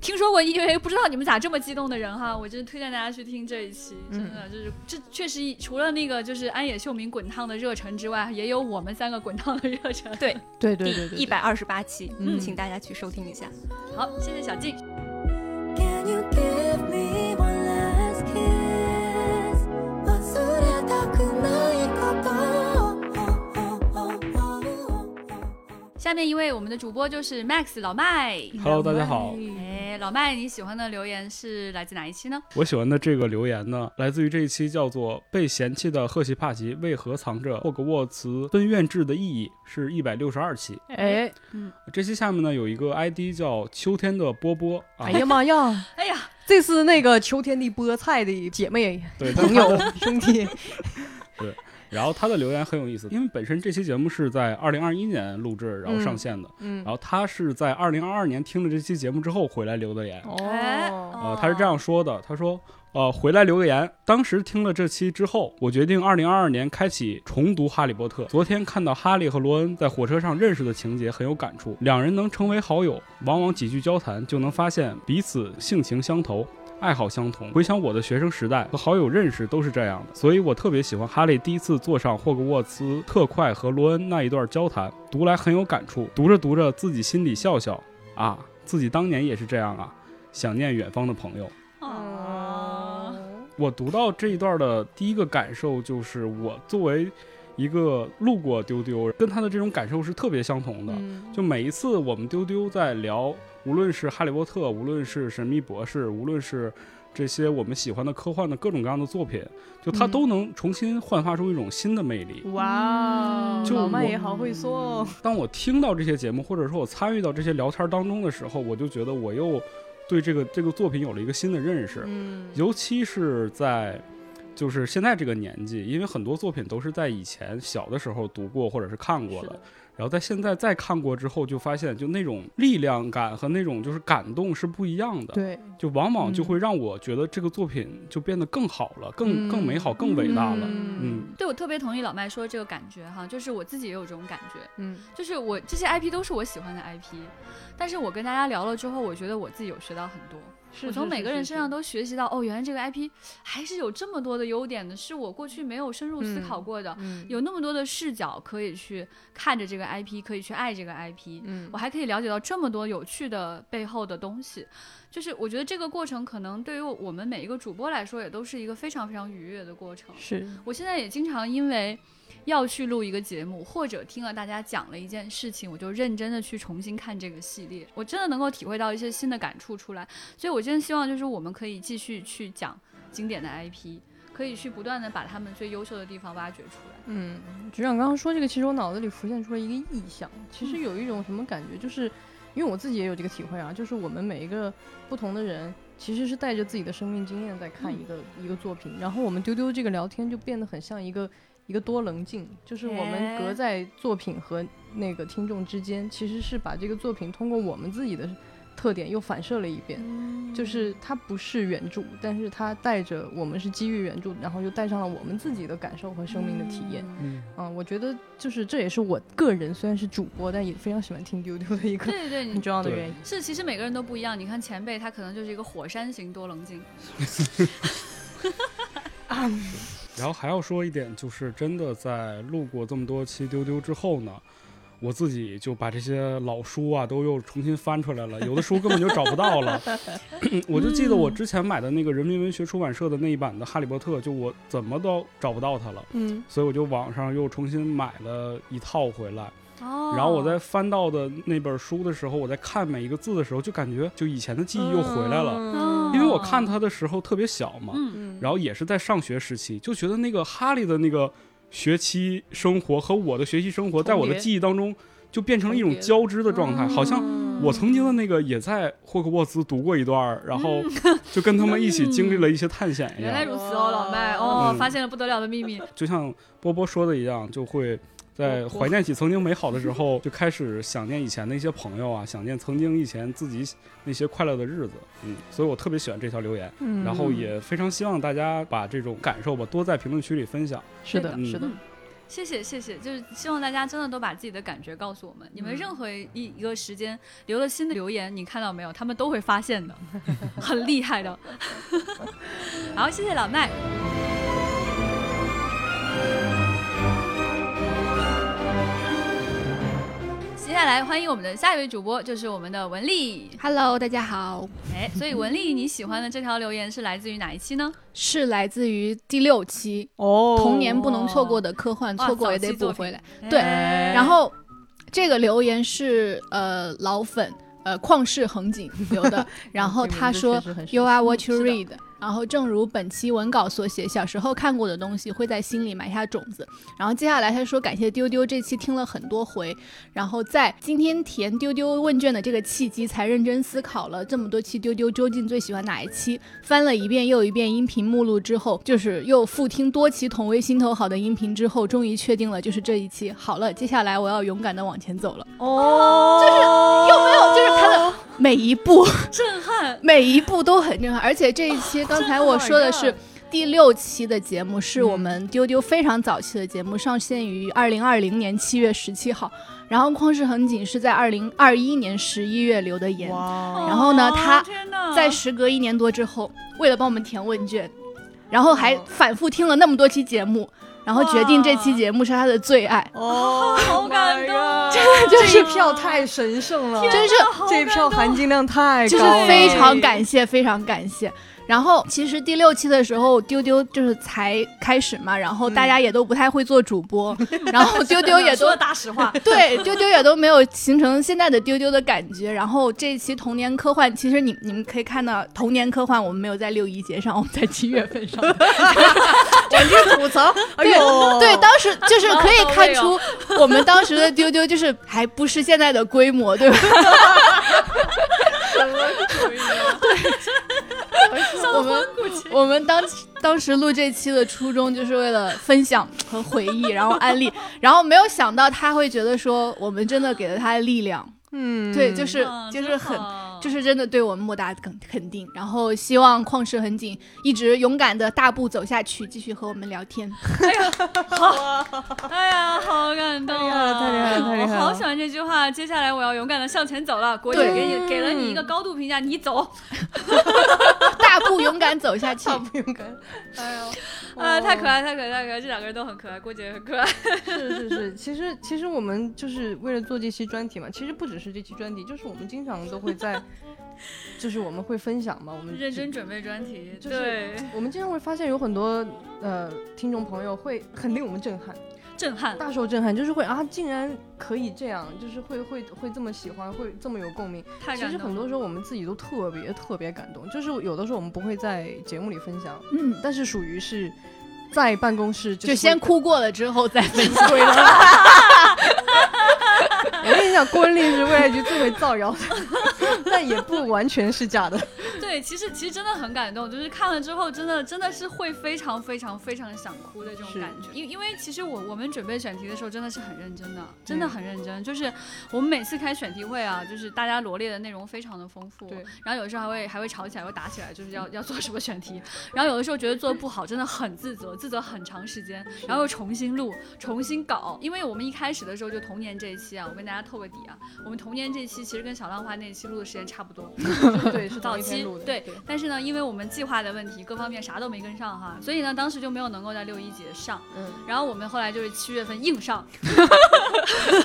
Speaker 1: 听说过 EV，不知道你们咋这么激动的人哈，我真的推荐大家去听这一期，真
Speaker 8: 嗯
Speaker 1: 的就是这确实除了那个就是安野秀明滚烫的热忱之外，也有我们三个滚烫的热忱。
Speaker 2: [laughs] 对
Speaker 8: 第
Speaker 2: 对对对
Speaker 8: 一
Speaker 2: 对，
Speaker 8: 百二十八期，
Speaker 2: 嗯
Speaker 8: 请大家去收听一下。
Speaker 1: 好，谢谢小静。
Speaker 9: Can you give me one last kiss? 忘れたくない
Speaker 1: 哦
Speaker 9: こと。
Speaker 1: 下面一位我们的主播就是 Max 老麦，
Speaker 10: Hello，大家好，
Speaker 1: 哎，老麦你喜欢的留言是来自哪一期呢？
Speaker 10: 我喜欢的这个留言呢，来自于这一期叫做《被嫌弃的赫奇帕奇为何藏着霍格沃茨分院制的意义》，是一百六十二期。
Speaker 2: 哎，
Speaker 1: 嗯
Speaker 10: 这期下面呢有一个 ID 叫秋天的波波啊
Speaker 2: 哎，
Speaker 10: [laughs]
Speaker 2: 呀妈呀！
Speaker 1: [laughs] 哎呀，
Speaker 2: 这是那个秋天的菠菜的姐妹、
Speaker 10: 对，
Speaker 2: 朋友、兄弟，
Speaker 10: 然后他的留言很有意思，因为本身这期节目是在二零二一年录制，然后上线的，
Speaker 2: 嗯
Speaker 10: 然，后他是在二零二二年听了这期节目之后回来留的言，
Speaker 1: 哎
Speaker 2: 哦，
Speaker 10: 呃，他是这样说的，他说。呃，回来留个言。当时听了这期之后，我决定二零二二年开启重读《哈利波特》。昨天看到哈利和罗恩在火车上认识的情节很有感触，两人能成为好友，往往几句交谈就能发现彼此性情相投。爱好相同，回想我的学生时代和好友认识都是这样的，所以我特别喜欢哈利第一次坐上霍格沃茨特快和罗恩那一段交谈，读来很有感触。读着读着，自己心里笑笑啊，自己当年也是这样啊，想念远方的朋友。
Speaker 1: [laughs] 啊，
Speaker 2: 嗯
Speaker 10: 我读到这一段的第一个感受就是，我作为一个路过丢丢，跟他的这种感受是特别相同的。就每一次我们丢丢在聊，无论是《哈利波特》，无论是《神秘博士》，无论是这些我们喜欢的科幻的各种各样的作品，就它
Speaker 2: 嗯
Speaker 10: 都能重新焕发出一种新的魅力。
Speaker 2: 哇，
Speaker 10: 就
Speaker 2: 哦老麦
Speaker 10: 我
Speaker 2: 也好会说哦，
Speaker 10: 当我听到这些节目，或者说我参与到这些聊天当中的时候，我就觉得我又对这个这个作品有了一个新的认识。
Speaker 2: 嗯，
Speaker 10: 尤其是在就是现在这个年纪，因为很多作品都是在以前小的时候读过或者是看过的，然后在现在再看过之后，就发现就那种力量感和那种就是感动是不一样的，
Speaker 2: 对，
Speaker 10: 就往往就
Speaker 2: 嗯
Speaker 10: 会让我觉得这个作品就变得更好了，更
Speaker 2: 嗯
Speaker 10: 更美好、更伟大了。
Speaker 2: 嗯
Speaker 10: 嗯
Speaker 1: 对我特别同意老麦说这个感觉哈，就是我自己也有这种感觉，
Speaker 2: 嗯，
Speaker 1: 就是我这些 IP 都是我喜欢的 IP，但是我跟大家聊了之后，我觉得我自己有学到很多，
Speaker 2: 是
Speaker 1: 我从每个人身上都学习到，哦，原来这个 IP 还是有这么多的优点的，是我过去没有深入思考过的，
Speaker 2: 嗯
Speaker 1: 有那么多的视角可以去看着这个 IP，可以去爱这个 IP，
Speaker 2: 嗯
Speaker 1: 我还可以了解到这么多有趣的背后的东西，就是我觉得这个过程可能对于我们每一个主播来说，也都是一个非常非常愉悦的过程。
Speaker 2: 是
Speaker 1: 我现在也经常因为要去录一个节目，或者听了大家讲了一件事情，我就认真的去重新看这个系列，我真的能够体会到一些新的感触出来。所以我真的希望就是我们可以继续去讲经典的 IP，可以去不断的把他们最优秀的地方挖掘出来。
Speaker 2: 嗯，局长刚刚说这个，其实我脑子里浮现出了一个意象，其实有一种什么感觉，就是因为我自己也有这个体会啊，就是我们每一个不同的人。其实是带着自己的生命经验在看一个、一个作品，然后我们丢丢这个聊天就变得很像一个一个多棱镜，就是我们
Speaker 1: 哎
Speaker 2: 隔在作品和那个听众之间，其实是把这个作品通过我们自己的特点又反射了一遍，就是它不是原著，但是它带着我们是基于原著，然后又带上了我们自己的感受和生命的体验。
Speaker 10: 嗯，
Speaker 2: 嗯，我觉得就是这也是我个人虽然是主播，但也非常喜欢听丢丢的一个 [laughs]
Speaker 1: 对对对，
Speaker 2: 很
Speaker 1: 你
Speaker 2: 重要的
Speaker 10: 对
Speaker 2: 原因。
Speaker 1: 是其实每个人都不一样。你看前辈他可能就是一个火山型多
Speaker 2: [laughs]
Speaker 1: 棱镜， [laughs]
Speaker 10: 然后还要说一点，就是真的在录过这么多期丢丢之后呢。我自己就把这些老书啊都又重新翻出来了，有的书根本就找不到 [laughs] 了。 [clears throat] 我就记得
Speaker 1: 嗯
Speaker 10: 我之前买的那个人民文学出版社的那一版的《哈利波特》，就我怎么都找不到它了，
Speaker 2: 嗯，
Speaker 10: 所以我就网上又重新买了一套回来。
Speaker 1: 哦
Speaker 10: 然后我在翻到的那本书的时候，我在看每一个字的时候，就感觉就以前的记忆又回来了，
Speaker 1: 哦
Speaker 10: 因为我看它的时候特别小嘛，
Speaker 1: 嗯
Speaker 10: 然后也是在上学时期，就觉得那个哈利的那个学期生活和我的学习生活，在我的
Speaker 2: 重叠
Speaker 10: 记忆当中就变成了一
Speaker 2: 重
Speaker 1: 嗯
Speaker 10: 种
Speaker 2: 叠
Speaker 10: 交织的状态，好像
Speaker 2: 嗯
Speaker 10: 我曾经的那个也在霍格沃兹读过一段儿，然后就跟他们一起经历了一些探险一
Speaker 1: [laughs] 原来
Speaker 10: 样，
Speaker 1: 如此哦，老麦哦，
Speaker 10: 哎嗯
Speaker 1: 发现了不得了的秘密。
Speaker 10: 就像波波说的一样，就会。在怀念起曾经美好的时候，就开始想念以前的一些朋友啊，想念曾经以前自己那些快乐的日子。嗯，所以我特别喜欢这条留言，
Speaker 11: 嗯
Speaker 10: 然后也非常希望大家把这种感受吧，多在评论区里分享。
Speaker 2: 是的，
Speaker 10: 嗯
Speaker 2: 是的，
Speaker 1: 谢谢谢谢，就是希望大家真的都把自己的感觉告诉我们。你们任何一一个时间留了新的留言，你看到没有？他们都会发现的，很厉害的。好，谢谢老麦。接下来欢迎我们的下一位主播，就是我们的文丽。
Speaker 12: Hello，大家好，
Speaker 1: 哎，所以文丽你喜欢的这条留言是来自于哪一期呢？
Speaker 12: 是来自于第六期
Speaker 2: 哦
Speaker 12: 《童年不能错过的科幻》，
Speaker 1: 哇
Speaker 12: 错过也
Speaker 1: 早
Speaker 12: 得
Speaker 1: 期作
Speaker 12: 补
Speaker 1: 品
Speaker 12: 回来。对
Speaker 1: 哎
Speaker 12: 然后这个留言是呃老粉呃旷世恒景留
Speaker 3: [laughs]
Speaker 12: 的，然后他说
Speaker 2: 这个名字确实很嗯
Speaker 12: “You are what
Speaker 2: 是
Speaker 12: you
Speaker 2: 的
Speaker 12: read”，然后正如本期文稿所写，小时候看过的东西会在心里埋下种子。然后接下来他说感谢丢丢这期听了很多回，然后在今天填丢丢问卷的这个契机，才认真思考了这么多期丢丢究竟最喜欢哪一期。翻了一遍又一遍音频目录之后，就是又复听多期同为心头好的音频之后，终于确定了就是这一期。好了，接下来我要勇敢的往前走了。
Speaker 2: 哦，就是
Speaker 12: 有没有？就是他的每一步。
Speaker 1: 震撼，
Speaker 12: 每一部都很震撼，而且这一期刚才我说的是。第六期的节目是我们丢丢非常早期的节目，上线于二零二零年七月十七号，然后旷世恒景是在二零二一年十一月留的言，
Speaker 2: 哇，
Speaker 12: 然后呢
Speaker 1: 哦
Speaker 12: 他
Speaker 1: 天哪
Speaker 12: 在时隔一年多之后，为了帮我们填问卷，然后还反复听了那么多期节目，然后决定这期节目是他的最爱，
Speaker 2: 哦，
Speaker 1: 好感动，
Speaker 2: [laughs] 这
Speaker 12: 这
Speaker 2: 一票太神圣了，
Speaker 12: 真是
Speaker 2: 这一票含金量太
Speaker 12: 就
Speaker 2: 高
Speaker 12: 是
Speaker 2: 了，
Speaker 12: 非常感谢，非常感谢。然后其实第六期的时候，丢丢就是才开始嘛，然后
Speaker 2: 嗯
Speaker 12: 大家也都不太会做主播， [laughs] 然后丢丢也
Speaker 1: 说
Speaker 12: 都
Speaker 1: 的大
Speaker 2: [laughs]
Speaker 1: 实话，
Speaker 12: [laughs]
Speaker 1: [laughs]
Speaker 12: 对丢丢也都没有形成现在的丢丢的感觉。然后这一期童年科幻，其实你你们可以看到，童年科幻我们没有在六一节上，我们在七月份 [laughs] 上。
Speaker 2: 吐槽，哎
Speaker 12: 对
Speaker 2: 呦，
Speaker 12: 对，当时就是可以
Speaker 1: 好到
Speaker 12: 看
Speaker 1: 位
Speaker 12: 出
Speaker 1: 哦
Speaker 12: 我们当时的丢丢就是还不是现在的规
Speaker 2: [laughs]
Speaker 12: 模，对吧？对，我 [laughs] 们我们当当时录这期的初衷就是为了分享和回忆，然后安利，然后没有想到他会觉得说我们真的给了他力量，
Speaker 2: 嗯，
Speaker 12: 对，就是
Speaker 1: 嗯
Speaker 12: 就是
Speaker 1: 真
Speaker 12: 很
Speaker 1: 好
Speaker 12: 就是真的对我们莫大肯肯定，然后希望旷世恒景一直勇敢的大步走下去，继续和我们聊天。
Speaker 1: 哎呀，好感动
Speaker 2: 哎太
Speaker 1: 啊！
Speaker 2: 厉害了太厉害了太厉害了
Speaker 1: 我好喜欢这句话。接下来我要勇敢的向前走了。国姐
Speaker 12: 对
Speaker 1: 给你给了你一个高度评价，
Speaker 2: [laughs]
Speaker 1: 你走。
Speaker 12: 大步勇敢走下去。
Speaker 2: 不勇敢，哎呦，
Speaker 1: 啊，太可爱，太可爱，太可爱！这两个人都很可爱，郭姐也很可爱。
Speaker 2: [laughs] 是是是，其实其实我们就是为了做这期专题嘛，其实不只是这期专题，就是我们经常都会在， [laughs] 就是我们会分享嘛，我们
Speaker 1: 认
Speaker 2: 就
Speaker 1: 真准备专题，
Speaker 2: 嗯就是
Speaker 1: 对，
Speaker 2: 我们经常会发现有很多呃听众朋友会很令我们震撼，
Speaker 1: [laughs] 震撼。
Speaker 2: 大受震撼，就是会啊，竟然可以这样，就是会会会这么喜欢，会这么有共鸣。
Speaker 1: 太
Speaker 2: 其
Speaker 1: 感
Speaker 2: 实
Speaker 1: 动了
Speaker 2: 很多时候我们自己都特别特别感动，就是有的时候我们不会在节目里分享，
Speaker 12: 嗯，
Speaker 2: 但是属于是在办公室就
Speaker 12: 就是先
Speaker 2: 会
Speaker 12: 哭过了之后再分享。
Speaker 2: [laughs] 我跟你讲，郭丽是未来局最会造谣的， [laughs] 但也不完全是假
Speaker 1: [laughs]
Speaker 2: 的。
Speaker 1: 对，其实其实真的很感动，就是看了之后，真的真的是会非常非常非常想哭的这种
Speaker 2: 是
Speaker 1: 感觉。因因为其实我我们准备选题的时候真的是很认真的，真
Speaker 2: 嗯
Speaker 1: 的很认真。就是我们每次开选题会啊，就是大家罗列的内容非常的丰富，
Speaker 2: 对嗯
Speaker 1: 然后有的时候还会还会吵起来，会打起来，就是要要做什么选题。然后有的时候觉得做的不好，真的很自责，自责很长时间，然后又重新录，重新搞。因为我们一开始的时候就童年这一期啊，我跟大家透个底啊，我们童年这一期其实跟小浪花那一期录的时间差不多，
Speaker 2: [laughs] 对，是
Speaker 1: 早
Speaker 2: 同一
Speaker 1: 期
Speaker 2: 天录的。
Speaker 1: 对，但是呢，因为我们计划的问题，各方面啥都没跟上哈，所以呢，当时就没有能够在六一节上。
Speaker 2: 嗯，
Speaker 1: 然后我们后来就是七月份硬上，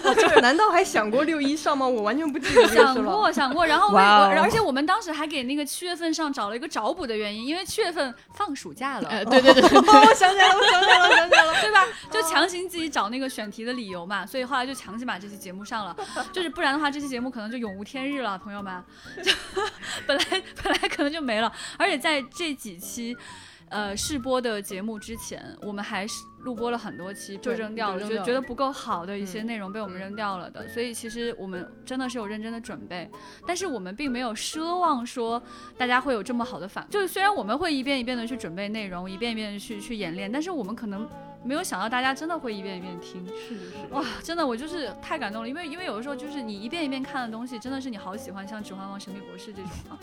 Speaker 2: 哦这个难道还想过六一上吗？我完全不记得这个事
Speaker 1: [laughs] 想
Speaker 2: 了。
Speaker 1: 过想过，然后我也
Speaker 2: 哇哦
Speaker 1: 我而且我们当时还给那个七月份上找了一个找补的原因，因为七月份放暑假了，
Speaker 12: 呃，对
Speaker 1: [laughs]
Speaker 12: 对对哦对，
Speaker 2: 哦，我想起来了，我想起来了，我想起来了。
Speaker 1: 对吧？就强行自己找那个选题的理由嘛，所以后来就强行把这期节目上了，就是不然的话，这期节目可能就永无天日了， [laughs] 朋友们。就本来本来可能就没了，而且在这几期。呃试播的节目之前，我们还是录播了很多期，就
Speaker 2: 对
Speaker 1: 扔
Speaker 2: 就
Speaker 1: 掉了，
Speaker 2: 扔
Speaker 1: 觉
Speaker 2: 掉
Speaker 1: 得觉
Speaker 2: 了
Speaker 1: 得不够好的一些
Speaker 2: 嗯
Speaker 1: 内容被我们扔掉了的。所以其实我们真的是有认真的准备，但是我们并没有奢望说大家会有这么好的反，就是虽然我们会一遍一遍的去准备内容，一遍一遍的去去演练，但是我们可能。没有想到大家真的会一遍一遍听，
Speaker 2: 是是是，
Speaker 1: 哇，真的我就是太感动了，因为因为有的时候就是你一遍一遍看的东西，真的是你好喜欢，像《指环王》《神秘博士》这种啊。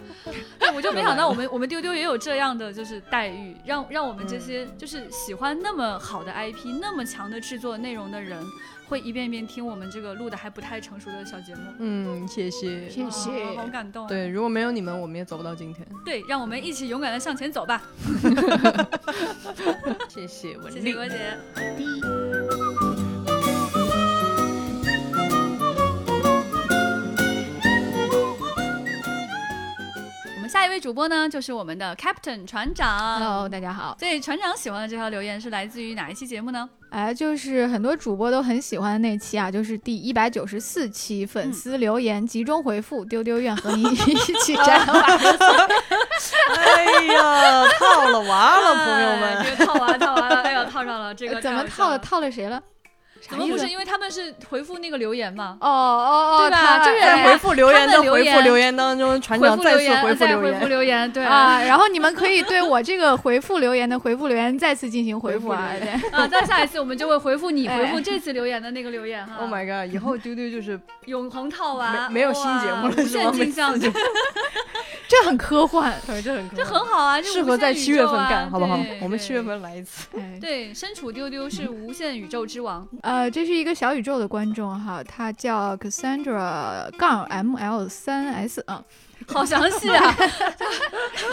Speaker 1: 对，我就没想到我们我们丢丢也有这样的就是待遇，让让我们这些就是喜欢那么好的 IP、那么强的制作内容的人，会一遍一遍听我们这个录的还不太成熟的小节目。
Speaker 2: 嗯，谢谢。
Speaker 1: 谢谢，好感动啊。
Speaker 2: 对，如果没有你们，我们也走不到今天。
Speaker 1: 对，让我们一起勇敢的向前走
Speaker 13: [laughs]
Speaker 1: 吧。
Speaker 2: 谢谢文
Speaker 1: 谢
Speaker 2: 丽
Speaker 1: 谢郭姐。我们下一位主播呢，就是我们的 Captain 船长。
Speaker 13: Hello，大家好。
Speaker 1: 对，船长喜欢的这条留言是来自于哪一期节目
Speaker 13: [laughs]
Speaker 1: 呢？
Speaker 13: 哎，就是很多主播都很喜欢的那期啊，就是第一百九十四期粉丝
Speaker 1: 嗯
Speaker 13: 留言集中回复，丢丢愿
Speaker 1: [laughs]
Speaker 13: 和你一起摘娃。
Speaker 2: [laughs] 哎呀，套了娃 [laughs] 了，朋友
Speaker 1: 哎
Speaker 2: 们。
Speaker 1: 这个套娃套娃了，哎呦，套上了，这个
Speaker 13: [laughs] 怎么
Speaker 1: 太好
Speaker 13: 套
Speaker 1: 笑
Speaker 13: 了？？套了谁了？啥
Speaker 1: [laughs] 怎么
Speaker 13: 意
Speaker 1: 不
Speaker 13: 思
Speaker 1: 是？因为他们是回复那个留言嘛，
Speaker 13: 哦哦哦，
Speaker 1: 对吧哎
Speaker 13: 他
Speaker 1: 就是
Speaker 2: 在回复留言
Speaker 1: 他
Speaker 2: 的
Speaker 1: 们留
Speaker 2: 回
Speaker 1: 言
Speaker 2: 复留言当中，船
Speaker 1: 回
Speaker 2: 长
Speaker 1: 复
Speaker 2: 再
Speaker 1: 留
Speaker 2: 次
Speaker 1: 言，
Speaker 2: 回复
Speaker 1: 再
Speaker 2: 留
Speaker 1: 回复
Speaker 2: 言。
Speaker 1: 留言，对
Speaker 13: 啊，然后你们可以对我这个回复留言的回复留言再次进行回复啊。
Speaker 2: 回复
Speaker 13: 对
Speaker 1: [laughs] 啊，再下一次我们就会回复你
Speaker 13: 哎
Speaker 1: 回复这次留言的那个留言哈。
Speaker 2: Oh my god！以后丢丢就是
Speaker 1: [laughs] 永恒套娃
Speaker 2: 没没有新节目了
Speaker 1: 哇无
Speaker 2: 是吗
Speaker 1: 限镜像，这
Speaker 13: 这很科幻。
Speaker 2: 这很
Speaker 1: 这很好啊，这
Speaker 2: 适
Speaker 1: 无
Speaker 2: 合
Speaker 1: 限
Speaker 2: 在
Speaker 1: 宇
Speaker 2: 七月
Speaker 1: 宙
Speaker 2: 份
Speaker 1: 啊
Speaker 2: 干，好不好
Speaker 1: 对？
Speaker 2: 我 [laughs] 们
Speaker 1: 对
Speaker 2: 七月份来一次。
Speaker 13: 哎，
Speaker 1: 对身处丢丢是无限宇宙之王， [laughs]
Speaker 13: 呃，这是一个小宇宙的观众哈，他叫 Cassandra 杠 M L 三 S 啊，
Speaker 1: [laughs] 好详细
Speaker 13: [laughs]
Speaker 1: 啊！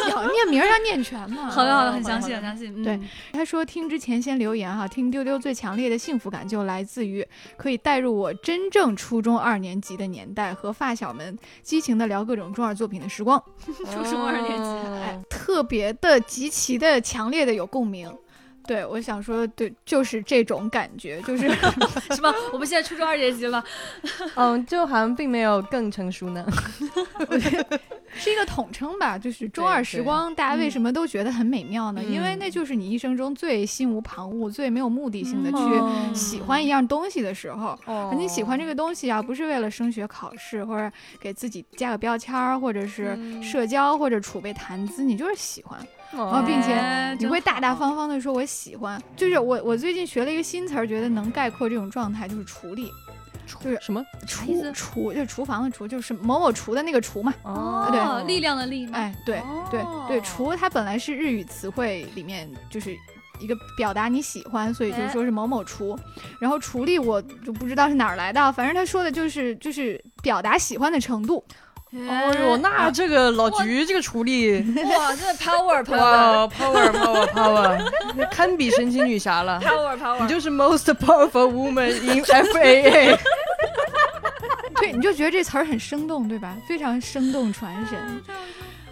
Speaker 13: 要念名儿要念全嘛。
Speaker 1: [laughs]
Speaker 13: 哦
Speaker 1: 好的好的，很详细很详细。嗯
Speaker 13: 对，他说听之前先留言哈，听丢丢最强烈的幸福感就来自于可以带入我真正初中二年级的年代，和发小们激情的聊各种中二作品的时光，
Speaker 1: [laughs] 出生二年级，
Speaker 2: 哦
Speaker 13: 哎，特别的极其的强烈的有共鸣。对，我想说，对，就是这种感觉，就是 [laughs]
Speaker 1: 什么？我们现在初中二年级了，
Speaker 2: 嗯，就好像并没有更成熟 [laughs] 呢。
Speaker 13: 是一个统称吧，就是中
Speaker 2: 对
Speaker 13: 二时
Speaker 2: 对
Speaker 13: 光，大家为
Speaker 1: 嗯
Speaker 13: 什么都觉得很美妙呢？因为
Speaker 2: 嗯
Speaker 13: 那就是你一生中最心无旁骛、最没有目的性的去
Speaker 1: 嗯
Speaker 13: 喜欢一样东西的时候。
Speaker 2: 哦
Speaker 13: 你喜欢这个东西啊，不是为了升学考试，或者给自己加个标签儿，或者是社交，或者储备谈资，你就是喜欢。
Speaker 2: 哦
Speaker 13: 并且
Speaker 1: 哎
Speaker 13: 你会大大。
Speaker 1: 真好
Speaker 13: 方方的说我喜欢。就是我，我最近学了一个新词儿，觉得能概括这种状态，就是厨力。就是
Speaker 2: 什么？
Speaker 1: 意
Speaker 13: 厨
Speaker 1: 思
Speaker 13: 厨就是厨房的厨，就是某某厨的那个厨嘛。
Speaker 2: 哦
Speaker 1: 哦，力量的力吗？哦
Speaker 13: 哎，对，对对，厨它本来是日语词汇里面就是一个表达你喜欢，所以就是
Speaker 1: 哎
Speaker 13: 说是某某厨。然后厨力我就不知道是哪儿来的，啊反正他说的就是就是表达喜欢的程度。
Speaker 1: 哎啊
Speaker 2: 哦呦，那这个老
Speaker 1: 哇
Speaker 2: 菊这个厨力，[laughs]
Speaker 1: 哇，真的 power 朋友们
Speaker 2: 哇，power power power，堪比神奇女侠了。
Speaker 1: ，power power，
Speaker 2: 你就是 most powerful woman in FAA。
Speaker 13: [laughs] 对，你就觉得这词儿很生动，对吧？非常生动传神。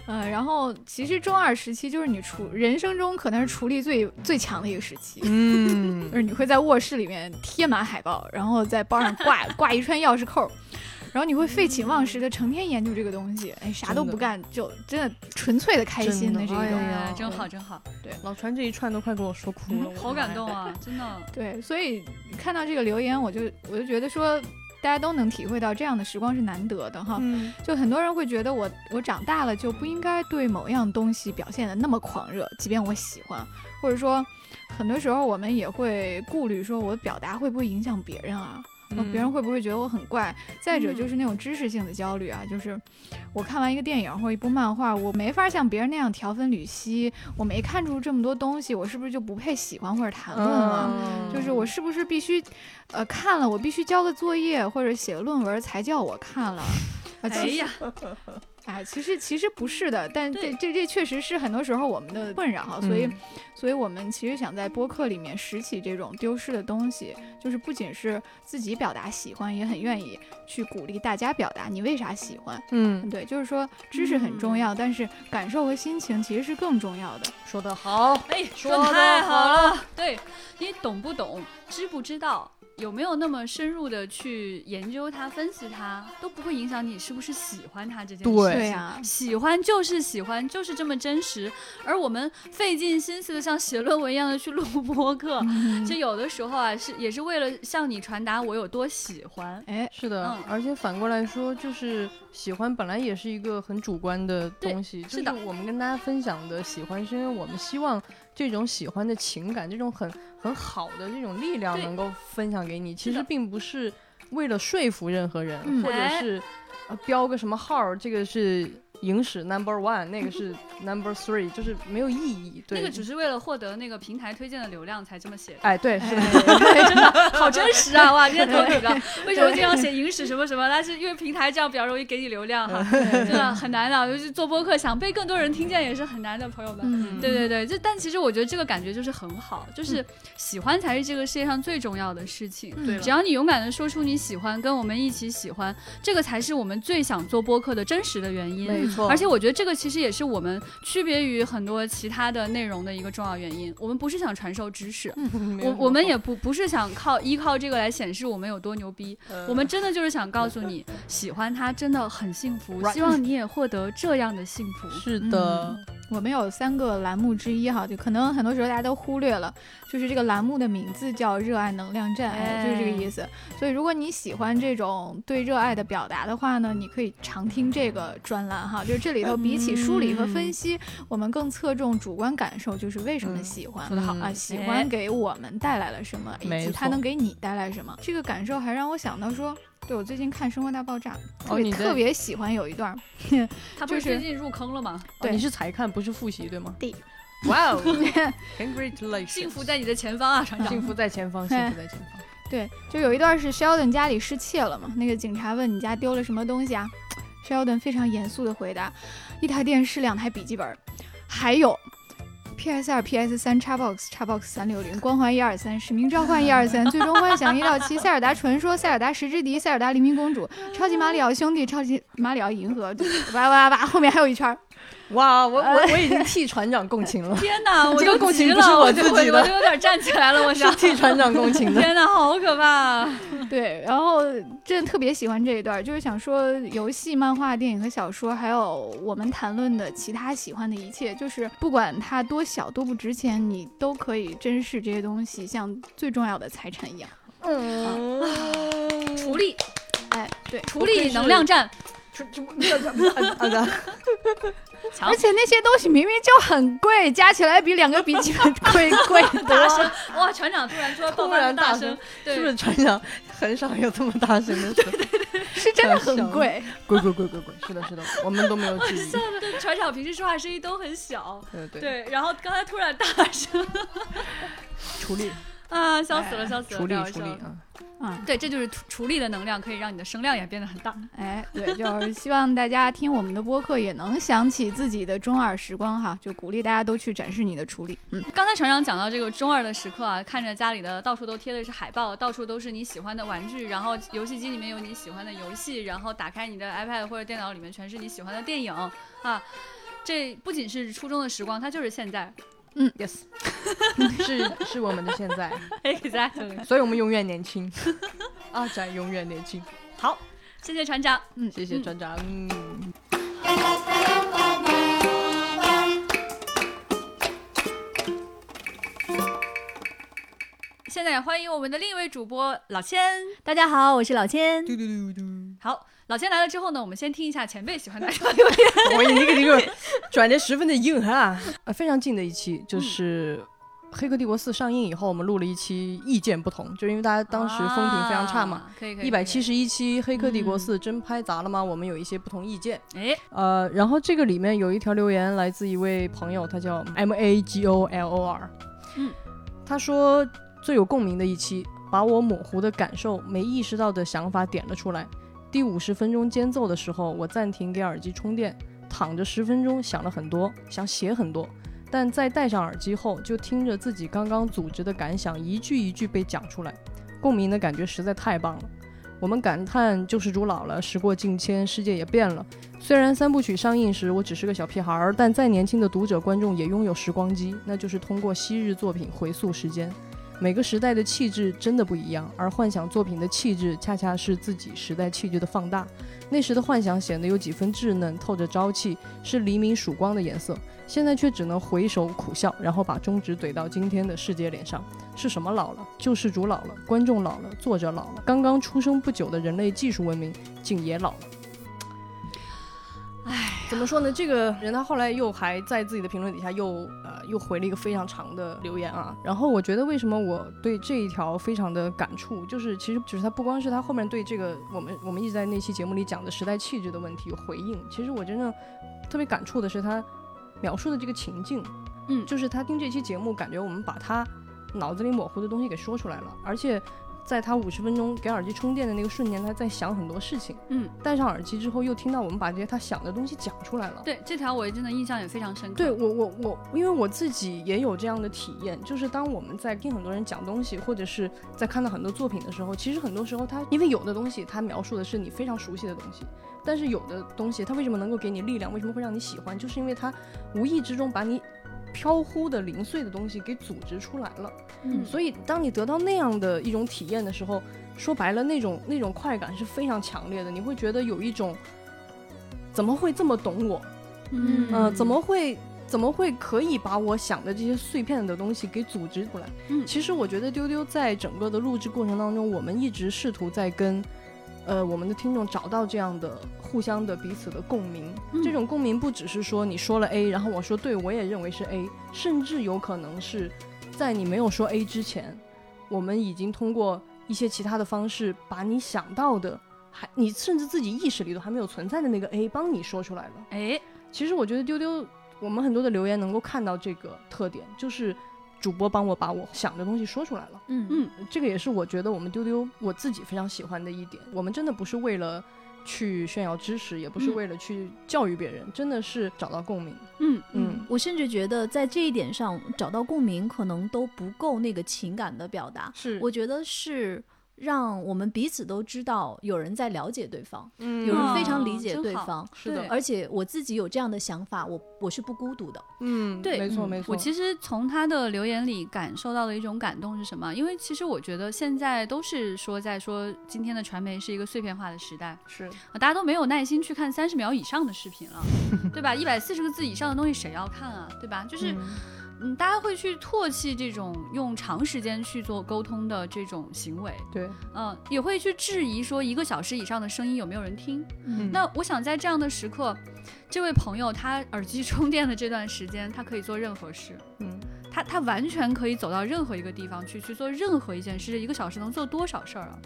Speaker 13: 呃，然后其实中二时期就是你厨人生中可能是厨力最最强的一个时期，
Speaker 2: 嗯
Speaker 13: [laughs] 就，是你会在卧室里面贴满海报，然后在包上
Speaker 1: [laughs]
Speaker 13: 挂挂一串钥匙扣，然后你会废寝忘食的成天研究这个东西，哎，啥都
Speaker 2: 真的
Speaker 13: 不干，就真的纯粹的开
Speaker 2: 真
Speaker 13: 心
Speaker 2: 的
Speaker 13: 的这
Speaker 2: 哎
Speaker 13: 一种。
Speaker 1: 哎
Speaker 2: 呀
Speaker 1: 真好真好，
Speaker 2: 老船这一串都快给我说哭了，
Speaker 1: 好感动啊，真的。
Speaker 13: 对，所以看到这个留言，我就我就觉得说，大家都能体会到这样的时光是难得的哈。
Speaker 2: 嗯，
Speaker 13: 就很多人会觉得我我长大了就不应该对某样东西表现的那么狂热，即便我喜欢，或者说很多时候我们也会顾虑说我表达会不会影响别人啊。呃别人会不会觉得我很怪？再者就是那种知识性的焦虑啊，就是我看完一个电影或一部漫画，我没法像别人那样条分缕析，我没看出这么多东西，我是不是就不配喜欢或者谈论了？
Speaker 2: 嗯
Speaker 13: 就是我是不是必须，呃，看了我必须交个作业或者写个论文才叫我
Speaker 1: [laughs]
Speaker 13: 看了？啊，
Speaker 1: 哎
Speaker 13: 其实
Speaker 12: [laughs]
Speaker 1: 呀，
Speaker 13: 哎，其实其实不是的，但这
Speaker 1: 对
Speaker 13: 这这确实是很多时候我们的困扰，所以、
Speaker 2: 嗯
Speaker 13: 所以我们其实想在播客里面拾起这种丢失的东西，就是不仅是自己表达喜欢，也很愿意去鼓励大家表达你为啥喜欢。
Speaker 2: 嗯，
Speaker 13: 对，就是说知识很重要，但是感受和心情其实是更重要的。
Speaker 2: 说的好，
Speaker 1: 哎，
Speaker 2: 说
Speaker 1: 得
Speaker 2: 得
Speaker 1: [laughs] 太好
Speaker 2: 好
Speaker 1: 了。对你懂不懂？知不知道，有没有那么深入的去研究它、分析它，都不会影响你是不是喜欢它这件事情。
Speaker 2: 对
Speaker 13: 对啊
Speaker 1: 喜欢就是喜欢，就是这么真实。而我们费尽心思的像写论文一样的去录播客，就有的时候啊，是也是为了向你传达我有多喜欢。
Speaker 13: 哎，
Speaker 2: 是的，
Speaker 1: 嗯
Speaker 2: 而且反过来说，就是喜欢本来也是一个很主观的
Speaker 1: 对
Speaker 2: 东西，就是
Speaker 1: 的
Speaker 2: 我们跟大家分享的喜欢，是因为我们希望这种喜欢的情感，这种很很好的这种力量
Speaker 1: 对
Speaker 2: 能够分享给你。其
Speaker 1: 的
Speaker 2: 实并不是为了说服任何人，
Speaker 5: 嗯
Speaker 2: 或者
Speaker 1: 哎
Speaker 2: 是、呃、标个什么号儿，这个是影史 number one，那个
Speaker 1: [laughs]
Speaker 2: 是 number three，就是没有意义。对，
Speaker 1: 那个只是为了获得那个平台推荐的流量才这么写的。
Speaker 2: 哎，对，是的，
Speaker 1: 对，真的好真实啊！哇，这些投稿，为什么经常写影史什么什么？但是因为平台这样比较容易给你流量
Speaker 2: 嗯
Speaker 1: 哈，真的很难的。就是做播客想被更多人听见也是很难的，朋友们。
Speaker 5: 嗯，
Speaker 1: 对对对，就但其实我觉得这个感觉就是很好，
Speaker 2: 嗯
Speaker 1: 就是喜欢才是这个世界上最重要的事情。
Speaker 5: 对了
Speaker 1: 只要你勇敢的说出你喜欢，跟我们一起喜欢，这个才是我们最想做播客的真实的原因。
Speaker 2: 没错。
Speaker 1: 而且我觉得这个其实也是我们区别于很多其他的内容的一个重要原因。我们不是想传授知 [laughs] 识，
Speaker 2: 没有什
Speaker 1: 我
Speaker 2: 么
Speaker 1: 我们
Speaker 2: 好
Speaker 1: 也不不是想靠依靠这个来显示我们有多牛逼，
Speaker 2: 呃
Speaker 1: 我们真的就是想告诉你，喜欢他真的很幸福，
Speaker 2: Right
Speaker 1: 希望你也获得这样的幸福。嗯
Speaker 2: 是的，
Speaker 13: 我们有三个栏目之一哈，就可能很多时候大家都忽略了，就是这个栏目的名字叫“热爱能量站”，
Speaker 1: 哎
Speaker 13: 就是这个意思。所以如果你喜欢这种对热爱的表达的话呢，你可以常听这个专栏哈。就是这里头
Speaker 1: 嗯
Speaker 13: 比起梳理和分析，我们更侧重主观感受，就是为什么喜欢。
Speaker 2: 嗯说的好
Speaker 13: 啊，
Speaker 1: 嗯
Speaker 13: 喜
Speaker 1: 哎
Speaker 13: 欢给我们带来了什么，以
Speaker 2: 没
Speaker 13: 及
Speaker 2: 错
Speaker 13: 它能给你带来什么，这个感受还让我想到说，对我最近看《生活大爆炸》特
Speaker 2: 哦
Speaker 13: 别，
Speaker 2: 你在
Speaker 13: 特别喜欢有一段儿，
Speaker 1: [laughs] 他不是
Speaker 13: 就是
Speaker 1: 最近入坑了吗？
Speaker 2: 哦
Speaker 13: 对
Speaker 2: 你是才看不是复习对吗？
Speaker 13: 对。
Speaker 2: 哇哦，congratulations！
Speaker 1: [laughs] 幸福在你的前方啊，船长。，
Speaker 2: 幸福在前方，幸福在前方。
Speaker 13: 对，就有一段是 Sheldon 家里失窃了嘛，那个警察问你家丢了什么东西啊？Sheldon 非常严肃的回答：一台电视，两台笔记本，还有 PS 二、PS 三、Xbox、Xbox 三六零、光环一二三、使命召唤一二
Speaker 2: [laughs]
Speaker 13: 三、最终幻想一到七、塞尔达传说、塞尔达石之笛、塞尔达黎明
Speaker 2: [laughs]
Speaker 13: 公主、超级马里奥兄弟、超级马里奥银河，就哇哇哇，后面还有一圈儿。
Speaker 2: 哇，我
Speaker 13: [laughs]
Speaker 2: 我我已经替船长共情了
Speaker 1: 天哪，我
Speaker 2: 这个
Speaker 1: 都
Speaker 2: 共
Speaker 1: 急
Speaker 2: 情不是
Speaker 1: 了，
Speaker 2: 我
Speaker 1: 我就
Speaker 2: 自己
Speaker 1: 我
Speaker 2: 的
Speaker 1: 就有点站起来
Speaker 13: [laughs]
Speaker 1: 了，我
Speaker 2: 是
Speaker 1: 想。
Speaker 2: 替船长共情的。
Speaker 1: [laughs] 天哪，好可怕啊！
Speaker 13: 对，然后真的特别喜欢这一段儿，就是想说游戏、漫画、电影和小说，还有我们谈论的其他喜欢的一切，就是不管它多小多不值钱，你都可以珍视这些东西，像最重要的财产一样。
Speaker 1: [laughs] 处理
Speaker 13: 哎，对，
Speaker 1: 嗯处理能量站， [laughs]
Speaker 2: 好的，
Speaker 1: 强
Speaker 13: 而且那些东西明明就很贵，加起来比两个笔记本
Speaker 1: [laughs]
Speaker 13: 贵 [laughs] 贵
Speaker 1: 大
Speaker 13: 多。
Speaker 1: 声！哇，船长突然突然爆
Speaker 2: 突
Speaker 1: 发了
Speaker 2: 然大
Speaker 1: 声
Speaker 2: 声，
Speaker 1: 对，
Speaker 2: 是不是
Speaker 1: [laughs]
Speaker 2: 船长很少有这么大声的时候？
Speaker 13: 是真的很
Speaker 1: [laughs]
Speaker 13: 贵，
Speaker 2: 滚滚滚滚滚！是的，是的，我们都没
Speaker 13: [laughs]
Speaker 2: 有质疑。
Speaker 1: 对船长平时说话声音都很小，
Speaker 2: 对对，
Speaker 1: 对，然后刚才突然大声
Speaker 2: 处理哎
Speaker 1: 啊，笑死了，笑死了，
Speaker 2: 处理
Speaker 1: 开玩
Speaker 2: 处
Speaker 1: 笑
Speaker 2: 理啊！
Speaker 1: 对，这就是处处理的能量，可以让你的声量也变得很大。
Speaker 13: 哎，对，就是 [laughs] 希望大家听我们的播客也能想起自己的中二时光哈，就鼓励大家都去展示你的处理。嗯，
Speaker 1: 刚才船长讲到这个中二的时刻啊，看着家里的到处都贴的是海报，到处都是你喜欢的玩具，然后游戏机里面有你喜欢的游戏，然后打开你的 iPad 或者电脑里面全是你喜欢的电影啊。这不仅是初中的时光，它就是现在。 [laughs]
Speaker 13: 嗯
Speaker 2: ，yes，是是我们的现在，
Speaker 1: Exactly。
Speaker 2: 所以我们永远年轻啊，咱永远年轻。好，
Speaker 1: 谢谢船长。嗯
Speaker 2: 谢谢船长。嗯
Speaker 1: 现在也欢迎我们的另一位主播老千。
Speaker 8: 大家好，我是老千。
Speaker 1: 好，老千来了之后呢，我们先听一下前辈喜欢哪条留言。
Speaker 2: 我一个一个转的十分的硬哈。 [laughs] 呃，非常近的一期就是《黑客帝国四》上映以后，我们录了一期意见不同，就因为大家当时风评非常差嘛。
Speaker 1: 啊，可以可以。
Speaker 2: 一百七
Speaker 1: 十，
Speaker 2: 十一期《黑客帝国四》真拍砸了吗？我们有一些不同意见。
Speaker 1: 哎，
Speaker 2: 呃，然后这个里面有一条留言来自一位朋友，他叫 M A G O L O R，
Speaker 1: 嗯，
Speaker 2: 他说最有共鸣的一期，把我模糊的感受、没意识到的想法点了出来。第五十分钟间奏的时候，我暂停给耳机充电，躺着十分钟，想了很多，想写很多，但在戴上耳机后，就听着自己刚刚组织的感想一句一句被讲出来，共鸣的感觉实在太棒了。我们感叹救世主老了，时过境迁，世界也变了。虽然三部曲上映时我只是个小屁孩儿，但再年轻的读者观众也拥有时光机，那就是通过昔日作品回溯时间。每个时代的气质真的不一样，而幻想作品的气质恰恰是自己时代气质的放大。那时的幻想显得有几分稚嫩，透着朝气，是黎明曙光的颜色。现在却只能回首苦笑，然后把中指怼到今天的世界脸上。是什么老了？救世主老了，观众老了，作者老了，刚刚出生不久的人类技术文明竟也老了。怎么说呢？这个人他后来又还在自己的评论底下又呃又回了一个非常长的留言啊。然后我觉得为什么我对这一条非常的感触，就是其实就是他不光是他后面对这个我们我们一直在那期节目里讲的时代气质的问题有回应，其实我真正特别感触的是他描述的这个情境，
Speaker 1: 嗯
Speaker 2: 就是他听这期节目，感觉我们把他脑子里模糊的东西给说出来了，而且。在他五十分钟给耳机充电的那个瞬间，他在想很多事情。
Speaker 1: 嗯，
Speaker 2: 戴上耳机之后，又听到我们把这些他想的东西讲出来了。
Speaker 1: 对这条我真的印象也非常深刻。
Speaker 2: 对我我我，因为我自己也有这样的体验，就是当我们在听很多人讲东西，或者是在看到很多作品的时候，其实很多时候它因为有的东西它描述的是你非常熟悉的东西，但是有的东西它为什么能够给你力量，为什么会让你喜欢，就是因为它无意之中把你。飘忽的零碎的东西给组织出来了，
Speaker 1: 嗯
Speaker 2: 所以当你得到那样的一种体验的时候，说白了，那种那种快感是非常强烈的，你会觉得有一种怎么会这么懂我，
Speaker 1: 嗯
Speaker 2: 呃，怎么会怎么会可以把我想的这些碎片的东西给组织出来？
Speaker 1: 嗯
Speaker 2: 其实我觉得丢丢在整个的录制过程当中，我们一直试图在跟呃我们的听众找到这样的互相的彼此的共鸣。
Speaker 1: 嗯
Speaker 2: 这种共鸣不只是说你说了 A，然后我说对我也认为是 A，甚至有可能是在你没有说 A 之前，我们已经通过一些其他的方式把你想到的。还你甚至自己意识里都还没有存在的那个 A，帮你说出来了。
Speaker 1: 哎，
Speaker 2: 其实我觉得丢丢，我们很多的留言能够看到这个特点，就是主播帮我把我想的东西说出来了。
Speaker 1: 嗯嗯
Speaker 2: 这个也是我觉得我们丢丢我自己非常喜欢的一点。我们真的不是为了去炫耀知识，也不是
Speaker 13: 嗯
Speaker 2: 为了去教育别人，真的是找到共鸣。
Speaker 13: 嗯
Speaker 2: 嗯
Speaker 14: 我甚至觉得在这一点上找到共鸣，可能都不够那个情感的表达。
Speaker 2: 是
Speaker 14: 我觉得是让我们彼此都知道有人在了解对方，
Speaker 4: 嗯
Speaker 14: 有人非常
Speaker 1: 哦
Speaker 14: 理解
Speaker 1: 真
Speaker 14: 对
Speaker 1: 好
Speaker 14: 方。
Speaker 1: 是的对
Speaker 14: 而且我自己有这样的想法，我我是不孤独的。
Speaker 2: 嗯
Speaker 1: 对，
Speaker 2: 没错没错。
Speaker 1: 我其
Speaker 2: 实
Speaker 1: 实从他的留言里感受到的一种感动是什么？因为其实我觉得现在都是说在说今天的传媒是一个碎片化的时代，
Speaker 2: 是
Speaker 1: 啊大家都没有耐心去看三十秒以上的视频了，对吧？一百四十个字以上的东西谁要看啊？对吧？就是。嗯，大家会去唾弃这种用长时间去做沟通的这种行为，
Speaker 2: 对，
Speaker 1: 嗯，也会去质疑说一个小时以上的声音有没有人听。
Speaker 2: 嗯
Speaker 1: 那我想在这样的时刻，这位朋友他耳机充电的这段时间，他可以做任何事，
Speaker 2: 嗯
Speaker 1: 他他完全可以走到任何一个地方去去做任何一件事，一个小时能做多少事儿啊？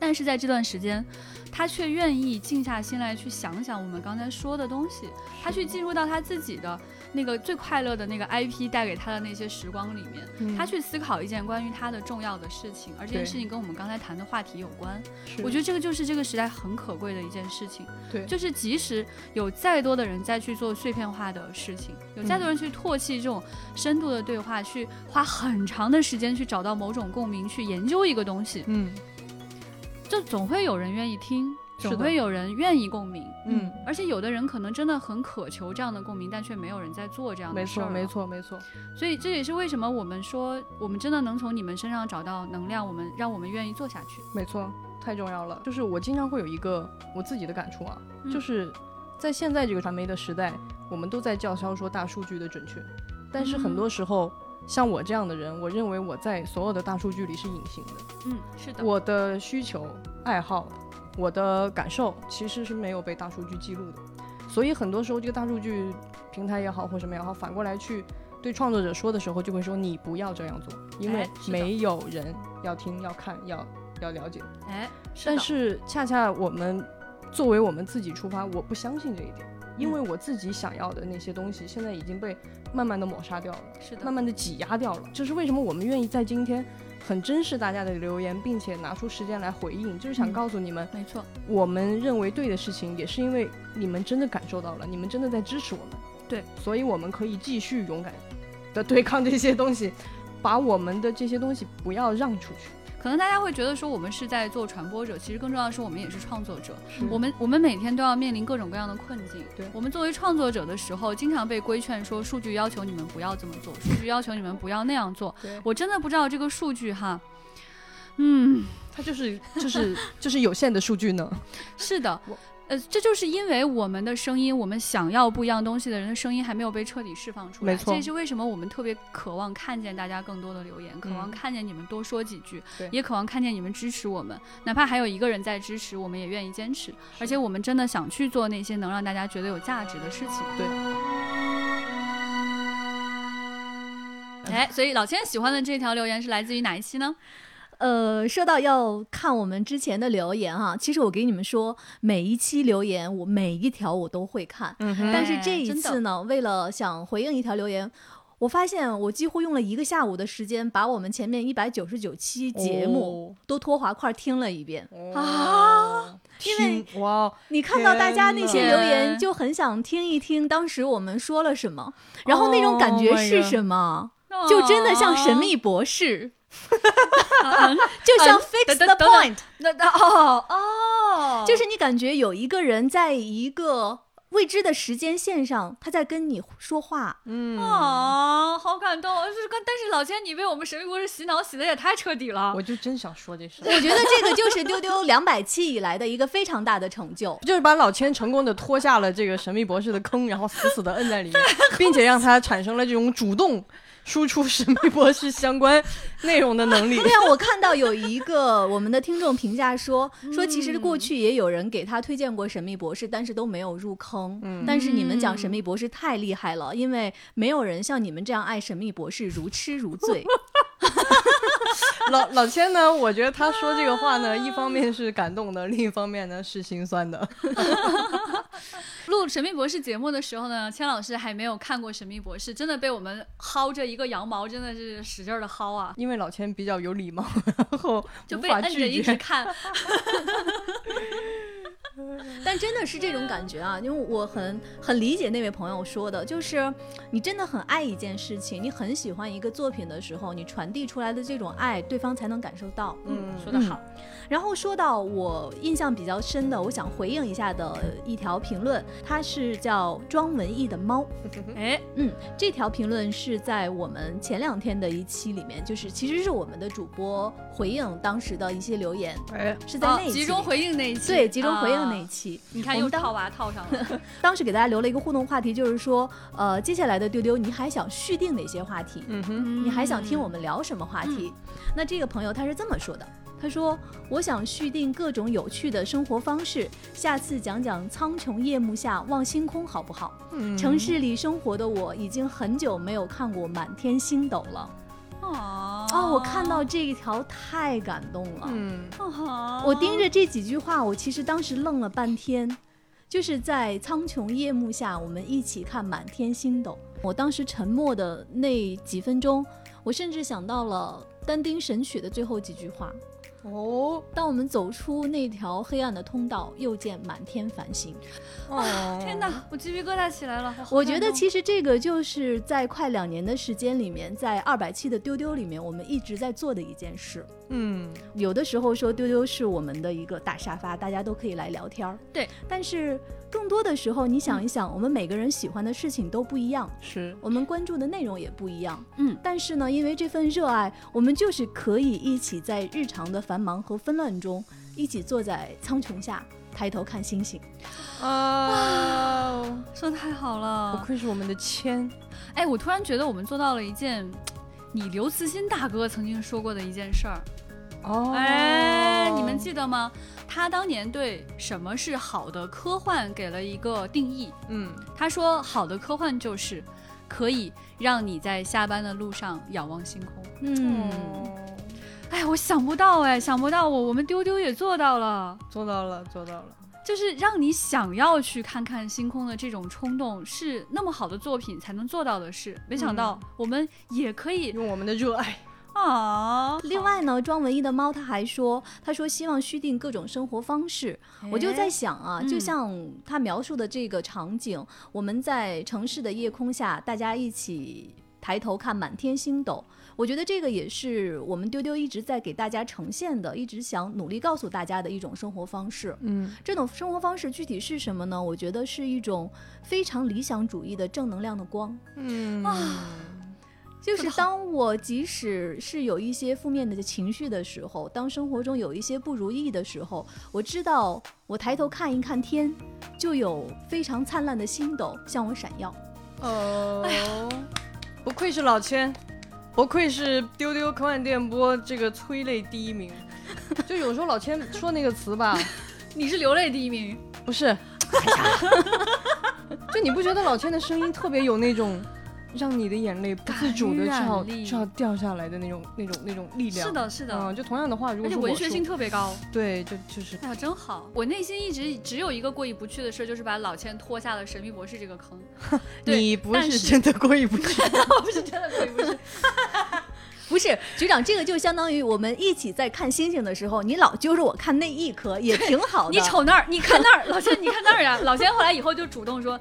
Speaker 1: 但是在这段时间，他却愿意静下心来去想想我们刚才说的东西，他去进入到他自己的那个最快乐的那个 IP 带给他的那些时光里面，
Speaker 2: 嗯
Speaker 1: 他去思考一件关于他的重要的事情，而这件
Speaker 2: 对
Speaker 1: 事情跟我们刚才谈的话题有关。
Speaker 2: 是
Speaker 1: 我觉得这个就是这个时代很可贵的一件事情，
Speaker 2: 对
Speaker 1: 就是即使有再多的人再去做碎片化的事情，有
Speaker 2: 嗯
Speaker 1: 再多人去唾弃这种深度的对话，去花很长的时间去找到某种共鸣，去研究一个东西，
Speaker 2: 嗯
Speaker 1: 就总会有人愿意听，
Speaker 2: 是
Speaker 1: 总
Speaker 2: 的
Speaker 1: 会有人愿意共鸣。
Speaker 2: 嗯，
Speaker 1: 而且有的人可能真的很渴求这样的共鸣，但却没有人在做这样
Speaker 2: 嗯没
Speaker 1: 的事儿
Speaker 2: 错
Speaker 1: 了。
Speaker 2: 没错没错。
Speaker 1: 所以这也是为什么我们说，我们真的能从你们身上找到能量，我们让我们愿意做下去。
Speaker 2: 没错，太重要了。就是我经常会有一个我自己的感触啊，
Speaker 1: 嗯
Speaker 2: 就是在现在这个传媒的时代，我们都在叫嚣说大数据的准确，但是很
Speaker 1: 嗯
Speaker 2: 多时候，像我这样的人，我认为我在所有的大数据里是隐形的。
Speaker 1: 嗯，是的，
Speaker 2: 我的需求、爱好、我的感受其实是没有被大数据记录的，所以很多时候这个大数据平台也好或什么也好，反过来去对创作者说的时候，就会说你不要这样做，因为
Speaker 1: 哎是的
Speaker 2: 没有人要听、要看、要要了解。
Speaker 1: 哎，是的
Speaker 2: 但是恰恰我们作为我们自己出发，我不相信这一点，因
Speaker 1: 嗯
Speaker 2: 为我自己想要的那些东西，现在已经被慢慢的抹杀掉了，
Speaker 1: 是的
Speaker 2: 慢慢的挤压掉了。这是为什么我们愿意在今天很珍视大家的留言，并且拿出时间来回应，就是想
Speaker 1: 嗯
Speaker 2: 告诉你们，
Speaker 1: 没错，
Speaker 2: 我们认为对的事情，也是因为你们真的感受到了，你们真的在支持我们，
Speaker 1: 对，
Speaker 2: 所以我们可以继续勇敢的对抗这些东西。把我们的这些东西不要让出去。
Speaker 1: 可能大家会觉得说我们是在做传播者，其实更重要的是我们也是创作者。我们我们每天都要面临各种各样的困境。
Speaker 2: 对
Speaker 1: 我们作为创作者的时候，经常被规劝说数据要求你们不要这么做，数据要求你们不要那样做。我真的不知道这个数据哈，嗯，
Speaker 2: 它就是 [laughs] 就是就是有限的数据呢。
Speaker 1: 是的。呃，这就是因为我们的声音，我们想要不一样东西的人的声音还没有被彻底释放出来，
Speaker 2: 没错
Speaker 1: 这也是为什么我们特别渴望看见大家更多的留言，渴望看见你们多说几句，
Speaker 2: 嗯对
Speaker 1: 也渴望看见你们支持我们，哪怕还有一个人在支持，我们也愿意坚持，而且我们真的想去做那些能让大家觉得有价值的事情。
Speaker 2: 对。
Speaker 1: 哎，所以老千喜欢的这条留言是来自于哪一
Speaker 14: [laughs]
Speaker 1: 期呢？
Speaker 14: 呃，说到要看我们之前的留言哈、其实我给你们说，每一期留言我每一条我都会看，
Speaker 2: 嗯
Speaker 14: 但是这一
Speaker 1: 哎真的
Speaker 14: 次呢，为了想回应一条留言。我发现我几乎用了一个下午的时间，把我们前面一百九十九期节
Speaker 2: 哦
Speaker 14: 目都拖滑块听了一遍。
Speaker 2: 啊，哦听哇，
Speaker 14: 你看到大家那些留
Speaker 1: 天哪
Speaker 14: 言，就很想听一听当时我们说了什么，然后那种感
Speaker 2: Oh
Speaker 14: 觉
Speaker 2: my
Speaker 14: 是
Speaker 2: God
Speaker 14: 什么，就真的像神秘博士，嗯就像 fix
Speaker 1: 嗯等
Speaker 14: the
Speaker 1: 等等
Speaker 14: point。
Speaker 1: 那那哦哦，
Speaker 14: 就是你感觉有一个人在一个未知的时间线上，他在跟你说话，哦
Speaker 1: 啊，好感动！就是刚，但是老千，你被我们神秘博士洗脑洗的也太彻底了
Speaker 2: [laughs] 我。就真想说这
Speaker 1: [laughs]
Speaker 2: 事儿，
Speaker 14: 我觉得这个就是丢丢两百期以来的一个非常大的成就。
Speaker 2: [laughs] 就是把老千成功的拖下了这个神秘博士的坑，然后死死的摁在里 [laughs] 面，并且让他产生了这种主动输出神秘博士相关内容的能力。
Speaker 14: [laughs] 对啊，我看到有一个我们的听众评价说 [laughs] 说，其实过去也有人给他推荐过《神秘博士》，但是都没有入坑。
Speaker 2: 嗯
Speaker 14: 但是你们讲《神秘博士》太厉害了，因为没有人像你们这样爱《神秘博士》如痴
Speaker 2: [laughs]
Speaker 14: 如醉。
Speaker 2: 老老千呢，我觉得他说这个话呢，一方面是感动的，另一方面呢是心酸的。 [laughs]
Speaker 1: 录《神秘博士》节目的时候呢，千老师还没有看过《神秘博士》，真的被我们薅着一个羊毛，真的是使劲的薅啊，
Speaker 2: 因为老千比较有礼貌，然后
Speaker 1: 就
Speaker 2: 无
Speaker 1: 被
Speaker 2: 法
Speaker 1: 摁着一
Speaker 2: 拒
Speaker 1: 直
Speaker 2: 绝。 [laughs]
Speaker 1: 看。
Speaker 14: 但真的是这种感觉啊，因为我很很理解那位朋友说的，就是你真的很爱一件事情，你很喜欢一个作品的时候，你传递出来的这种爱，对方才能感受到。
Speaker 2: 嗯，
Speaker 1: 说得好，
Speaker 14: 然后说到我印象比较深的，我想回应一下的一条评论，它是叫庄文艺的
Speaker 1: [laughs]
Speaker 14: 猫。
Speaker 1: 哎，
Speaker 14: 嗯，这条评论是在我们前两天的一期里面，就是其实是我们的主播回应当时的一些留言，
Speaker 2: 哎，
Speaker 14: 是在
Speaker 1: 哦
Speaker 14: 那一期里面、
Speaker 1: 集中回应那一期，
Speaker 14: 对集中回应那一
Speaker 1: 啊。
Speaker 14: 期。
Speaker 1: 你看
Speaker 14: 我
Speaker 1: 又
Speaker 14: 们当
Speaker 1: 套娃套上了，
Speaker 14: 当时给大家留了一个互动话题，就是说，呃，接下来的丢丢，你还想续订哪些话题？
Speaker 2: 嗯哼，嗯
Speaker 14: 你还想听我们聊什么话题？那这个朋友他是这么说的，他说：“我想续订各种有趣的生活方式，下次讲讲苍穹夜幕下望星空好不好？
Speaker 2: 嗯
Speaker 14: 城市里生活的我已经很久没有看过满天星斗了。
Speaker 1: 哦
Speaker 14: [laughs] 哦，我看到这一条太感动了。
Speaker 2: 嗯，
Speaker 1: 啊
Speaker 14: 我盯着这几句话，我其实当时愣了半天，就是在苍穹夜幕下，我们一起看满天星斗。我当时沉默的那几分钟，我甚至想到了《丹丁神曲》的最后几句话。
Speaker 2: 哦，
Speaker 14: 当我们走出那条黑暗的通道，又见满天繁星。啊
Speaker 2: 哦，
Speaker 1: 天哪，我鸡皮疙瘩起来了。好哦
Speaker 14: 我觉得
Speaker 1: 感动
Speaker 14: 其实这个就是在快两年的时间里面，在二百期的丢丢里面，我们一直在做的一件事。
Speaker 2: 嗯，
Speaker 14: 有的时候说丢丢是我们的一个大沙发，大家都可以来聊天儿。
Speaker 1: 对，
Speaker 14: 但是更多的时候，你想一想，我们每个人喜欢的事情都不一样，
Speaker 2: 是
Speaker 14: 我们关注的内容也不一样。
Speaker 1: 嗯，
Speaker 14: 但是呢，因为这份热爱，我们就是可以一起在日常的繁忙和纷乱中，一起坐在苍穹下，抬头看星星。
Speaker 2: 啊，
Speaker 1: 说得太好了，
Speaker 2: 不愧是我们的千，
Speaker 1: 哎，我突然觉得我们做到了一件嗯你刘慈欣大哥曾经说过的一件事儿。
Speaker 2: 哦，
Speaker 1: 哎，你们记得吗？他当年对什么是好的科幻给了一个定义。
Speaker 2: 嗯，
Speaker 1: 他说，好的科幻就是可以让你在下班的路上仰望星空。
Speaker 14: 嗯，
Speaker 1: 哎，我想不到哎，想不到我我们丢丢也做到了，
Speaker 2: 做到了，做到了，
Speaker 1: 就是让你想要去看看星空的这种冲动，是那么好的作品才能做到的事。没想到我们也可以
Speaker 2: 嗯用我们的热爱。
Speaker 1: 啊！
Speaker 14: 另外呢，庄文艺的猫他还说，他说希望续订各种生活方式，我就在想啊，就
Speaker 1: 嗯
Speaker 14: 像他描述的这个场景，我们在城市的夜空下，大家一起。抬头看满天星斗。我觉得这个也是我们丢丢一直在给大家呈现的，一直想努力告诉大家的一种生活方式。
Speaker 2: 嗯，
Speaker 14: 这种生活方式具体是什么呢？我觉得是一种非常理想主义的正能量的光。啊
Speaker 3: 嗯
Speaker 14: 就是当我即使是有一些负面的情绪的时候，当生活中有一些不如意的时候，我知道我抬头看一看天，就有非常灿烂的星斗向我闪耀。哎
Speaker 2: 哦，不愧是老千，不愧是丢丢科幻电波这个催泪第一名。就有时候老千说那个词吧，
Speaker 1: [laughs] 你是流泪第一名，
Speaker 2: 不是？就你不觉得老千的声音特别有那种让你的眼泪不自主的就
Speaker 1: 感
Speaker 2: 要
Speaker 1: 染
Speaker 2: 就
Speaker 1: 力
Speaker 2: 要掉下来的那种那种那种力量？
Speaker 1: 是的是的
Speaker 2: 嗯，就同样的话，如果
Speaker 1: 而且
Speaker 2: 是我
Speaker 1: 文学
Speaker 2: 说
Speaker 1: 性特别高。
Speaker 2: 对，就就是
Speaker 1: 哎呀，真好！我内心一直只有一个过意不去的事，就是把老千拖下了神秘博士这个坑。对
Speaker 2: 你不
Speaker 1: 但
Speaker 2: 是
Speaker 1: 是
Speaker 2: 真的过意不去， [laughs]
Speaker 14: 我不是真的不是，不是局长，这个就相当于我们一起在看星星的时候，你老揪着我看那一颗，也挺好的。
Speaker 1: [laughs] 你瞅那儿，你看
Speaker 2: [laughs]
Speaker 1: 那儿，老千你看那儿啊呀。老千后来以后就主动说。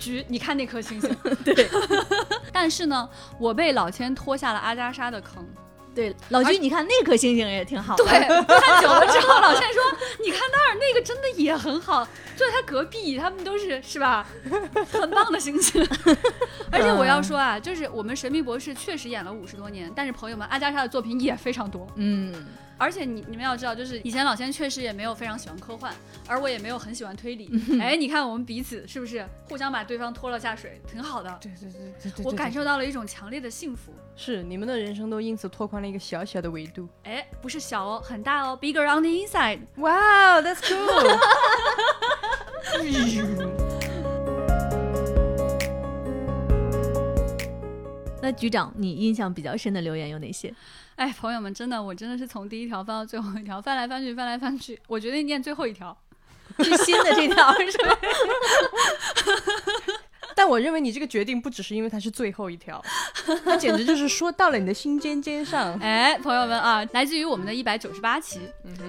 Speaker 1: 菊，你看那颗星
Speaker 2: [laughs]
Speaker 1: 星。对， [laughs] 但是呢，我被老千拖下了阿加莎的坑。
Speaker 14: 对，老
Speaker 1: 而
Speaker 14: 菊，你看那颗星星也挺好的。
Speaker 1: 对，看久了之后，老千说：“ [laughs] 你看那儿那个真的也很好，就在他隔壁，他们都是是吧？很棒的
Speaker 2: [laughs]
Speaker 1: 星星。”而且我要说
Speaker 2: 嗯
Speaker 1: 啊，就是我们《神秘博士》确实演了五十多年，但是朋友们，阿加莎的作品也非常多。
Speaker 3: 嗯，
Speaker 1: 而且你你们要知道，就是以前老千确实也没有非常喜欢科幻，而我也没有很喜欢推理。
Speaker 2: 嗯
Speaker 1: 哎，你看我们彼此是不是互相把对方拖了下水，挺好的。
Speaker 2: 对对对对对，
Speaker 1: 我感
Speaker 2: 受
Speaker 1: 受到了一种强烈的幸福。
Speaker 2: 是你们的人生都因此拓宽了一个小小的维度。
Speaker 1: 哎，不是小哦，很大哦，bigger on the inside。
Speaker 2: Wow, that's cool！
Speaker 14: 那局长，你印象比较深的留言有哪些？
Speaker 1: [laughs] 哎，朋友们，真的，我真的是从第一条翻到最后一条，翻来翻去，翻来翻去，我决定念最后
Speaker 2: [laughs]
Speaker 1: 一条，
Speaker 14: 是新的这
Speaker 1: [laughs]
Speaker 14: 条是吧？
Speaker 2: 但我认为你这个决定不只是因为它是最后一条，它简直就是说到了你的心尖尖上。嗯
Speaker 1: 哎，朋友们啊，来自于我们的一百九十八期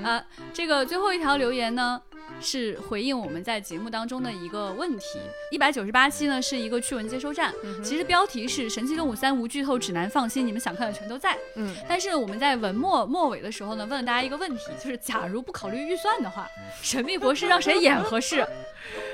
Speaker 1: 啊、这个最后一条留言呢。是回应我们在节目当中的一个问题。一百九十八期呢是一个趣闻接收站，
Speaker 2: 嗯
Speaker 1: 其实标题是《神奇动物三无剧透指南》，放心，你们想看的全都在。
Speaker 2: 嗯，
Speaker 1: 但是我们在文末末尾的时候呢，问了大家一个问题，就是假如不考虑预算的话，神秘博士让谁演合适？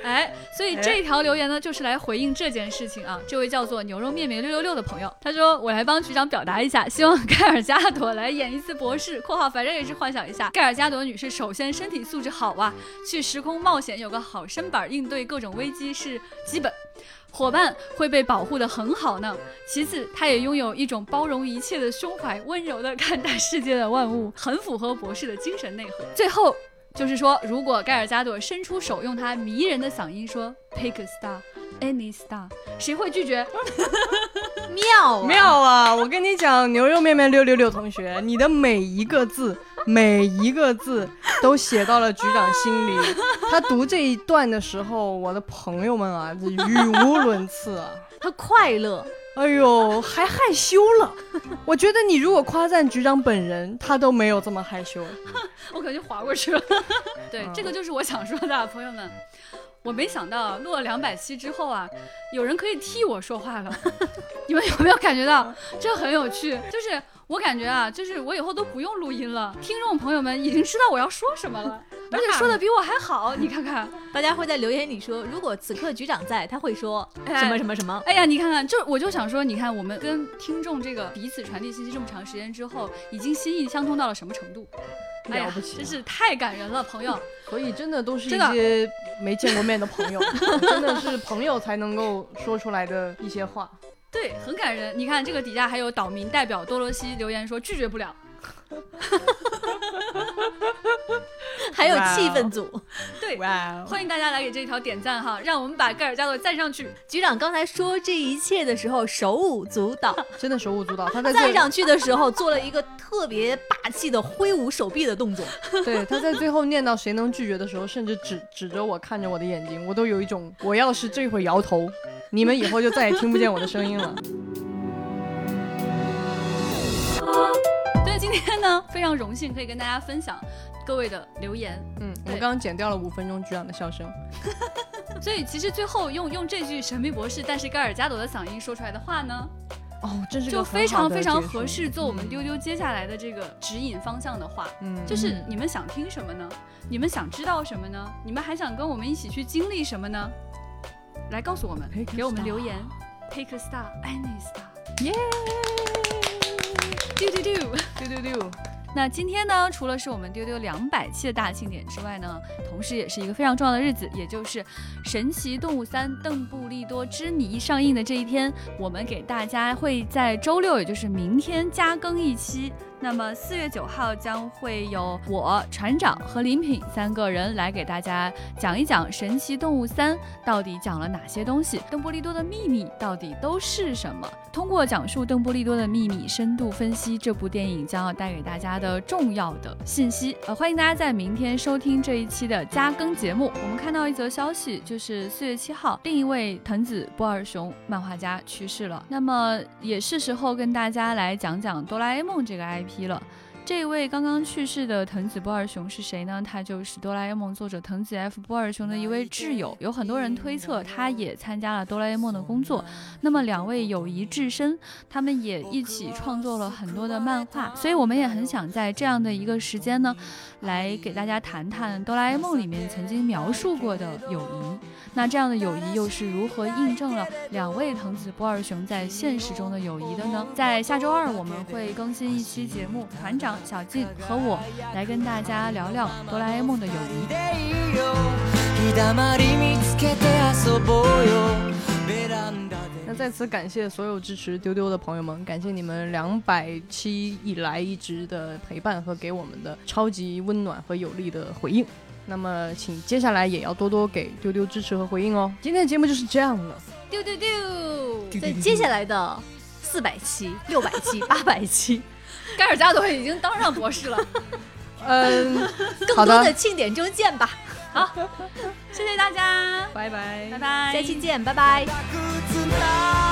Speaker 1: 哎，所以这条留言呢，就是来回应这件事情啊。这位叫做牛肉面面六六六的朋友，他说：“我来帮局长表达一下，希望盖尔加朵来演一次博士（括号反正也是幻想一下）。盖尔加朵女士首先身体素质好啊，去时空冒险有个好身板，应对各种危机是基本。”伙伴会被保护的很好呢。其次，她也拥有一种包容一切的胸怀，温柔的看待世界的万物， [laughs] 很符合博士的精神内核。最后，就是说，如果盖尔加朵伸出手，用她迷人的嗓音说 “Pick a star, any star”，谁会拒绝？ [laughs]
Speaker 14: 妙啊！
Speaker 2: 妙啊！我跟你讲，牛肉面面六六六同学，你的每一个字，每一个字都写到了局长心里。他读这一段的时候，我的朋友们啊，语无伦次啊！
Speaker 14: 他快乐，
Speaker 2: 哎呦，还害羞了。我觉得你如果夸赞局长本人，他都没有这么害羞。
Speaker 1: [laughs] 我可能就划过去了。
Speaker 14: 嗯
Speaker 1: [laughs] 对，这个就是我想说的，啊朋友们。我没想到录了两百期之后啊，有人可以替我说话了。你们有没有感觉到这很有趣？就是我感觉啊，就是我以后都不用录音了，听众朋友们已经知道我要说什
Speaker 14: [laughs]
Speaker 1: 么了，而且说的比我还好。你看看，
Speaker 14: 大家会在留言里说，如果此刻局长在，他会说什么什么什么。
Speaker 1: 哎呀，你看看，就是我就想说，你看我们跟听众这个彼此传递信息这么长时间之后，已经心意相通到了什么程度？哎呀
Speaker 2: 了不起啊
Speaker 1: 真是太感人了，
Speaker 2: [laughs]
Speaker 1: 朋友。
Speaker 2: 所以真的都是一
Speaker 1: 真的
Speaker 2: 些没见过面的朋友，真的是朋友才能够说出来的一些话。
Speaker 1: 对，很感人。你看这个底下还有岛民代表多罗西留言说拒绝不了，
Speaker 14: [laughs] 还有气氛组，
Speaker 1: 对，
Speaker 2: 哇哦！
Speaker 1: 欢迎大家来给这一条点赞哈，让我们把盖尔加朵赞上去。
Speaker 14: 局长刚才说这一切的时候手舞足蹈，
Speaker 2: 真的手舞足蹈，他在
Speaker 14: 站
Speaker 2: 最
Speaker 14: 上去的时候做了一个特别霸气的挥舞手臂的动作。
Speaker 2: 对他在最后念到谁能拒绝的时候，甚至指指着我看着我的眼睛，我都有一种我要是这会儿摇头，你们以后就再也听不见我的声音了。
Speaker 1: 所以今天呢，非常荣幸可以跟大家分享各位的留言。
Speaker 2: 嗯，我
Speaker 1: 对
Speaker 2: 刚刚剪掉了五分钟局长的笑声，
Speaker 1: 所以其实最后用用这句神秘博士但是盖尔加朵的嗓音说出来的话呢，
Speaker 2: 哦，这是
Speaker 1: 就
Speaker 2: 个
Speaker 1: 非
Speaker 2: 很
Speaker 1: 常
Speaker 2: 好的
Speaker 1: 非常
Speaker 2: 结
Speaker 1: 合
Speaker 2: 束
Speaker 1: 适做我们丢丢接下来的这个指引方向的话，
Speaker 2: 嗯
Speaker 1: 就是你们想听什么呢？你们想知道什么呢？你们还想跟我们一起去经历什么呢？来告诉我们，给我们留言，take a star, any star，耶，do do do do do do。那今天呢，除了是我们丢丢两百期的大庆典之外呢，同时也是一个非常重要的日子，也就是《神奇动物三：邓布利多之谜》上映的这一天，我们给大家会在周六，也就是明天加更一期。那么四月九号将会有我船长和林品三个人来给大家讲一讲《神奇动物三》到底讲了哪些东西，邓布利多的秘密到底都是什么。通过讲述邓布利多的秘密，深度分析这部电影将要带给大家的重要的信息。呃，欢迎大家在明天收听这一期的加更节目。我们看到一则消息，就是四月七号，另一位藤子不二雄漫画家去世了。那么也是时候跟大家来讲讲哆啦 A 梦这个 IP 了。这位刚刚去世的藤子不二雄是谁呢？他就是哆啦 A 梦作者藤子 F 不二雄的一位挚友。有很多人推测，他也参加了哆啦 A 梦的工作。那么两位友谊至深，他们也一起创作了很多的漫画。所以我们也很想在这样的一个时间呢，来给大家谈谈哆啦 A 梦里面曾经描述过的友谊。那这样的友谊又是如何印证了两位藤子不二雄在现实中的友谊的呢？在下周二我们会更新一期节目，团长小静和我来跟大家聊聊哆啦 A 梦的友谊。
Speaker 9: 日だまり見つけて遊ぼうよベランダ
Speaker 2: 那在此感谢所有支持丢丢的朋友们，感谢你们两百期以来一直的陪伴和给我们的超级温暖和有力的回应。那么，请接下来也要多多给丢丢支持和回应哦。今天的节目就是这样了，
Speaker 14: 丢丢丢！在接下来的四百期、六百
Speaker 1: [laughs]
Speaker 14: 期、八百期，
Speaker 1: 盖尔加朵已经当上博士了。 [laughs]
Speaker 2: 嗯，
Speaker 14: 更
Speaker 2: 好
Speaker 14: 多
Speaker 2: 的
Speaker 14: 的庆典中见吧。
Speaker 1: 好，谢谢大家，
Speaker 2: 拜拜，
Speaker 1: 拜拜，
Speaker 14: 下期见，拜拜。
Speaker 9: つな